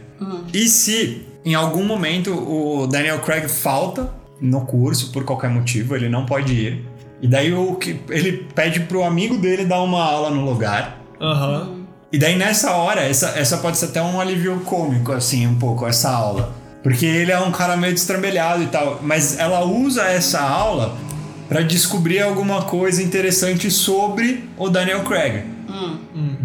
S3: E se em algum momento o Daniel Craig falta no curso por qualquer motivo, ele não pode ir. E daí o que ele pede pro amigo dele dar uma aula no lugar.
S1: Aham.
S3: E daí nessa hora, essa, essa pode ser até um alívio cômico, assim, um pouco, essa aula. Porque ele é um cara meio destrambelhado e tal. Mas ela usa essa aula pra descobrir alguma coisa interessante sobre o Daniel Craig.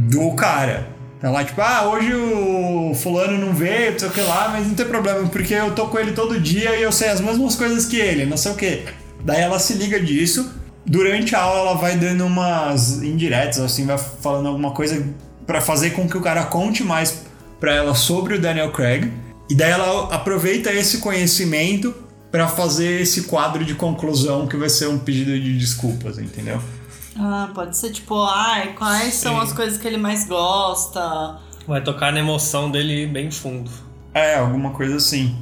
S3: Do cara. Tá lá, tipo, ah, hoje o fulano não veio, não sei o que lá, mas não tem problema, porque eu tô com ele todo dia e eu sei as mesmas coisas que ele, não sei o que. Daí ela se liga disso. Durante a aula ela vai dando umas indiretas, assim, vai falando alguma coisa pra fazer com que o cara conte mais pra ela sobre o Daniel Craig. E daí ela aproveita esse conhecimento pra fazer esse quadro de conclusão que vai ser um pedido de desculpas, entendeu?
S5: Ah, pode ser tipo, ai, quais são as coisas que ele mais gosta?
S1: Vai tocar na emoção dele bem fundo.
S3: É, alguma coisa assim.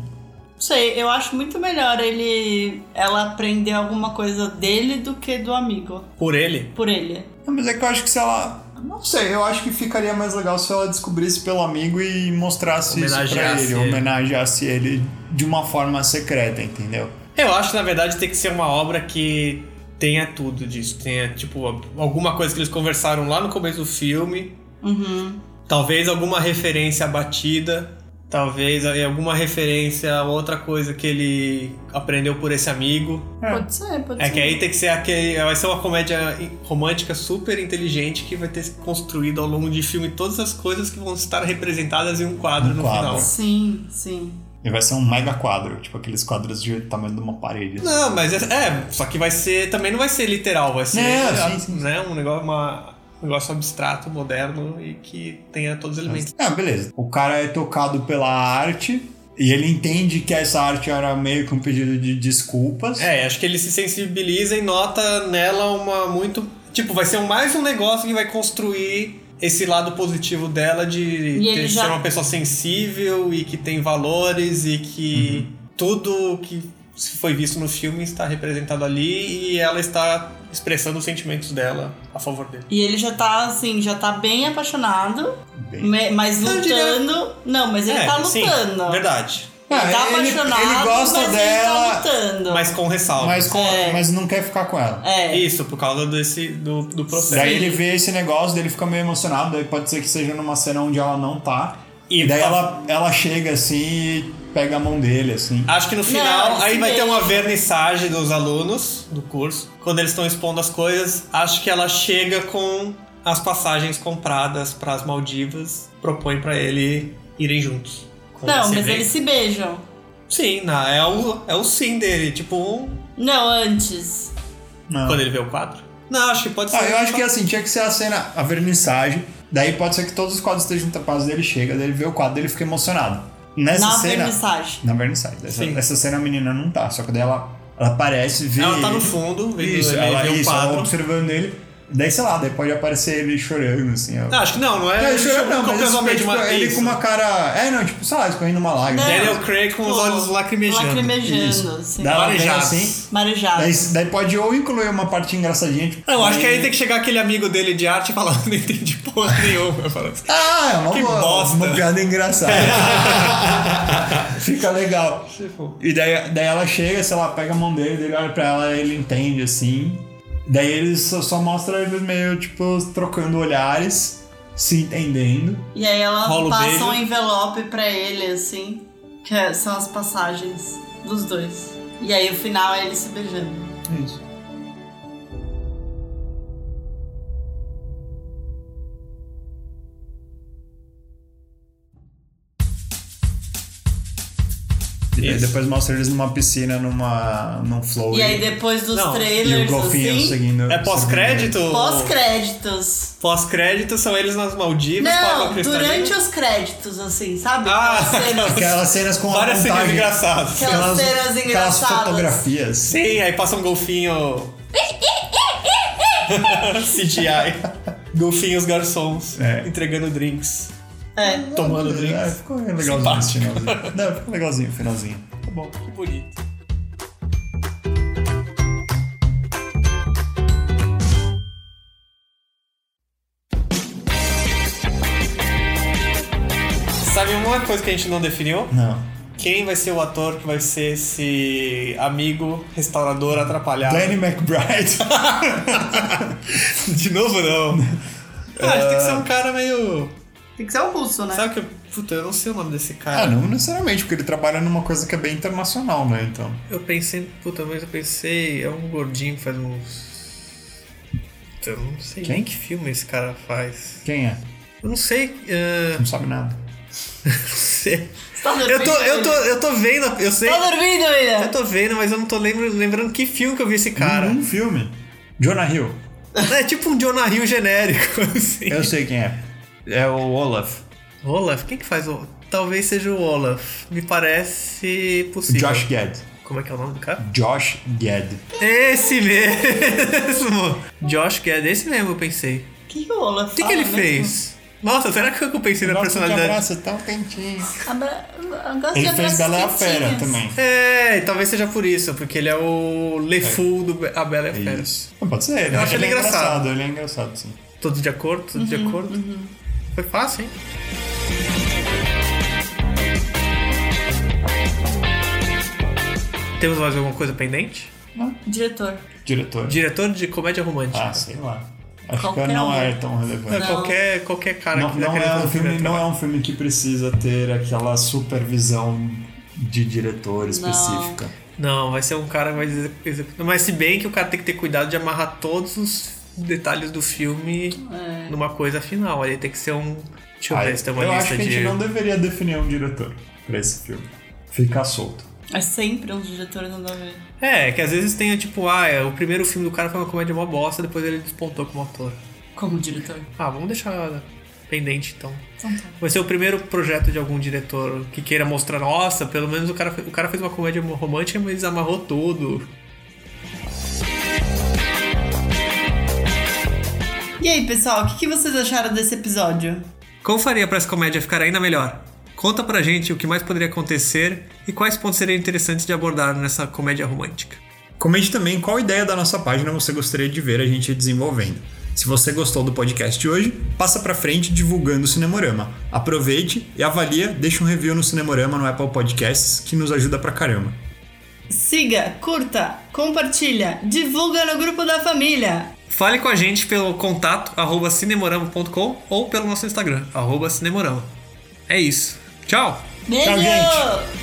S5: Não sei, eu acho muito melhor ele ela aprender alguma coisa dele do que do amigo,
S1: Por ele.
S5: por ele.
S3: Não, mas é que eu acho que se ela. Não sei, eu acho que ficaria mais legal se ela descobrisse pelo amigo e mostrasse isso pra
S1: Homenageasse
S3: ele,
S1: ele.
S3: homenageasse ele de uma forma secreta, entendeu?
S1: Eu acho, na verdade, tem que ser uma obra que tenha tudo disso. Tenha, tipo, alguma coisa que eles conversaram lá no começo do filme.
S5: Uhum.
S1: Talvez alguma referência abatida. Talvez eh, alguma referência a outra coisa que ele aprendeu por esse amigo.
S5: Pode ser, pode
S1: É
S5: ser.
S1: que aí tem que ser aquele. Vai ser uma comédia romântica super inteligente que vai ter se construído ao longo de filme todas as coisas que vão estar representadas em um quadro
S3: Um
S1: no
S3: quadro.
S1: final.
S5: Sim, sim.
S3: E vai ser um mega quadro, tipo aqueles quadros de tamanho de uma parede.
S1: Não, mas é, é, só que vai ser. Também não vai ser literal, vai ser
S3: É,
S1: ah,
S3: sim, sim.
S1: Né, um negócio, uma- um negócio abstrato, moderno e que tenha todos os elementos.
S3: Ah, beleza. O cara é tocado pela arte e ele entende que essa arte era meio que um pedido de desculpas.
S1: É, acho que ele se sensibiliza e nota nela uma muito. Tipo, vai ser mais um negócio que vai construir esse lado positivo dela de
S7: E ele
S1: ter-
S7: já-
S1: ser uma pessoa sensível e que tem valores e que
S3: Uhum.
S1: tudo que se foi visto no filme está representado ali e ela está expressando os sentimentos dela a favor dele.
S7: E ele já tá, assim, já tá bem apaixonado,
S3: Bem-
S7: me- mas
S1: Eu diria-
S7: lutando. Não, mas ele
S1: é,
S7: tá
S1: sim,
S7: lutando.
S1: verdade.
S7: Ele
S3: Ah,
S7: tá
S3: ele-
S7: apaixonado,
S3: ele gosta
S7: mas
S3: dela,
S7: ele tá lutando.
S1: Mas com ressalva.
S3: Mas, com-
S7: É.
S3: mas não quer ficar com ela.
S7: É.
S1: Isso, por causa desse do, do processo.
S3: Daí ele vê esse negócio, daí ele fica meio emocionado, daí pode ser que seja numa cena onde ela não tá.
S1: E
S3: E daí
S1: tá-
S3: ela, ela chega assim e pega a mão dele, assim.
S1: Acho que no final,
S7: Não,
S1: aí
S7: sim
S1: vai ter
S7: mesmo.
S1: uma vernissagem dos alunos do curso. Quando eles estão expondo as coisas, acho que ela chega com as passagens compradas para as Maldivas, propõe para ele irem juntos.
S7: Não, mas
S1: ele
S7: eles se beijam.
S1: Sim, na- é, o, é o sim dele, tipo, um-
S7: Não, antes.
S3: Não.
S1: quando ele vê o quadro. Não, acho que pode ser.
S3: Ah, eu acho que assim, tinha que ser a cena, a vernissagem. Daí pode ser que todos os quadros estejam tapados dele, chega, daí ele vê o quadro dele fica emocionado. Nessa
S7: na
S3: cena.
S7: vernissagem.
S3: Na vernissagem. Essa,
S1: Sim.
S3: essa cena a menina não tá, só que daí ela, ela aparece, vê.
S1: Ela tá no
S3: ele.
S1: fundo, vendo
S3: Isso,
S1: ele
S3: ela, é
S1: vê o
S3: isso, ela
S1: quadro.
S3: observando ele. Daí, sei lá, daí pode aparecer ele chorando, assim. ó.
S1: Não, acho que não, não é.
S3: Não, ele chorando não, mas isso,
S1: completamente
S3: tipo,
S1: uma-
S3: ele
S1: isso.
S3: com uma cara. É, não, tipo, sei lá, escorrendo uma lágrima.
S7: Não,
S1: Daniel Craig com os
S7: Pô,
S1: olhos lacrimejando.
S7: Lacrimejando,
S3: Isso.
S7: assim.
S3: Dá ela vem
S1: Marejados.
S3: assim.
S7: Marejado.
S3: Daí, daí pode ou incluir uma parte engraçadinha, tipo.
S1: Não, acho que aí tem que chegar aquele amigo dele de arte e falar, [LAUGHS] não entendi porra nenhuma. Falando,
S3: Ah, é uma,
S1: Que
S3: boa,
S1: bosta.
S3: uma
S1: [LAUGHS]
S3: piada engraçada. Fica legal.
S1: tipo,
S3: E daí, daí ela chega, sei lá, pega a mão dele, daí ele olha pra ela, ele entende assim. Daí ele só, só mostra eles meio, tipo, trocando olhares, se entendendo.
S7: E aí ela
S1: Rola o
S7: passa
S1: beijo.
S7: um envelope pra
S5: Pra ele, assim, que é- são as passagens dos dois. E aí o final é ele se beijando.
S3: Isso. E daí
S1: Isso.
S3: depois mostra eles numa piscina, numa, num flow.
S5: E aí depois dos
S1: Não, e o
S3: e o
S5: trailers,
S3: golfinho
S5: assim,
S3: seguindo.
S1: É pós-crédito?
S5: pós-créditos.
S1: Pós-crédito são eles nas Maldivas,
S5: Não,
S1: Pablo Cristalino.
S5: durante os créditos, assim, sabe?
S1: Ah,
S5: Aquelas cenas-
S3: seguindo. Aquelas cenas com a
S1: Várias cenas
S3: montagem.
S1: engraçadas.
S5: Aquelas cenas
S3: aquelas
S5: engraçadas.
S3: fotografias.
S1: Sim, aí passa um golfinho. [LAUGHS] CGI. Golfinhos garçons
S3: É.
S1: entregando drinks.
S5: É.
S1: Tomando
S3: É,
S1: drinks.
S3: ficou legalzinho esse finalzinho. Não, ficou legalzinho o finalzinho.
S1: Tá bom, que bonito. Sabe uma coisa que a gente não definiu?
S3: Não.
S1: Quem vai ser o ator que vai ser esse amigo restaurador atrapalhado?
S3: Danny McBride.
S1: De novo, não. Ah, acho que tem que ser um cara meio.
S5: Tem que ser o russo, né?
S1: Sabe que. eu- Puta, eu não sei o nome desse
S3: Ah,
S1: cara.
S3: não necessariamente, porque ele trabalha numa coisa que é bem internacional, né? Então.
S2: Eu pensei, puta, mas eu pensei, é um gordinho que faz uns. Eu não sei
S3: Quem?
S2: que filme esse cara faz.
S3: Quem é?
S2: Eu não sei. ah,
S3: Não sabe nada.
S2: não sei.
S5: Você tá
S2: Eu tô, eu tô, eu tô vendo, eu sei.
S7: Tá dormindo,
S2: Eu
S7: menina?
S2: tô vendo, mas eu não tô lembra- lembrando que filme que eu vi esse cara.
S3: Um filme. Jonah Hill. Hum.
S2: É tipo um Jonah Hill genérico, [LAUGHS] assim.
S3: Eu sei quem é. É o Olaf.
S2: Olaf? Quem que faz o. Talvez seja o Olaf. Me parece possível.
S3: Josh Gad.
S2: Como é que é o nome do cara?
S3: Josh Gad.
S2: Esse mesmo! [LAUGHS] Josh Gad, esse mesmo eu pensei.
S7: O que, que o Olaf
S5: Ah,
S2: O que, que
S5: é
S2: ele fez? Nossa, será que eu pensei na personalidade?
S3: abraça tão tá um quentinho.
S7: Abra... Eu gosto
S3: Ele
S7: de abraços
S3: fez Bela e a
S7: quentinhos.
S3: Fera também.
S2: É, talvez seja por isso, porque ele é o LeFou do Be- A Bela e a Fera.
S3: É Isso. Não, pode ser ele.
S2: Eu acho ele
S3: é
S2: engraçado.
S3: Ele é engraçado, sim.
S2: Todos de acordo? Todos de acordo? Foi fácil, hein? Temos mais alguma coisa pendente?
S7: Diretor.
S3: Diretor.
S2: Diretor de comédia romântica.
S3: Ah, sei lá. Acho
S7: Qualquer
S3: que não
S7: um.
S3: é tão relevante.
S2: É,
S5: Ah.
S2: Qualquer, qualquer cara
S3: Não,
S2: que
S3: não
S2: daquele
S3: é um
S2: filme
S3: filme,
S2: vai
S3: não é
S2: trabalhar.
S3: um filme que precisa ter aquela supervisão de diretor específica.
S2: Não, vai ser um cara que vai exe- executar. Mas se bem que o cara tem que ter cuidado de amarrar todos os detalhes do filme numa coisa final. Ele tem que ser um. Deixa eu
S3: Ah,
S2: ver se tem uma
S3: eu acho
S2: lista
S3: que a gente
S2: de.
S3: não deveria definir um diretor pra esse filme. Ficar solto.
S7: É sempre um diretor não dá ver.
S2: É, que às vezes tem tipo, ah, é, o primeiro filme do cara foi uma comédia mó bosta, depois ele despontou como ator.
S7: Como diretor.
S2: Ah, vamos deixar pendente então.
S7: Então tá.
S2: Vai ser o primeiro projeto de algum diretor que queira mostrar, nossa, pelo menos o cara, fe- o cara fez uma comédia romântica, mas amarrou tudo.
S5: E aí, pessoal, o que, que vocês acharam desse episódio?
S2: Como faria pra essa comédia ficar ainda melhor? Conta pra gente o que mais poderia acontecer e quais pontos seriam interessantes de abordar nessa comédia romântica.
S4: Comente também qual ideia da nossa página você gostaria de ver a gente desenvolvendo. Se você gostou do podcast de hoje, passa pra frente divulgando o Cinemorama. Aproveite e avalia, deixa um review no Cinemorama no Apple Podcasts, que nos ajuda pra caramba.
S5: Siga, curta, compartilha, divulga no grupo da família.
S2: Fale com a gente pelo contato arroba cinemorama.com ou pelo nosso Instagram, arroba cinemorama. É isso. Tchau!
S7: Beijo!
S3: gente.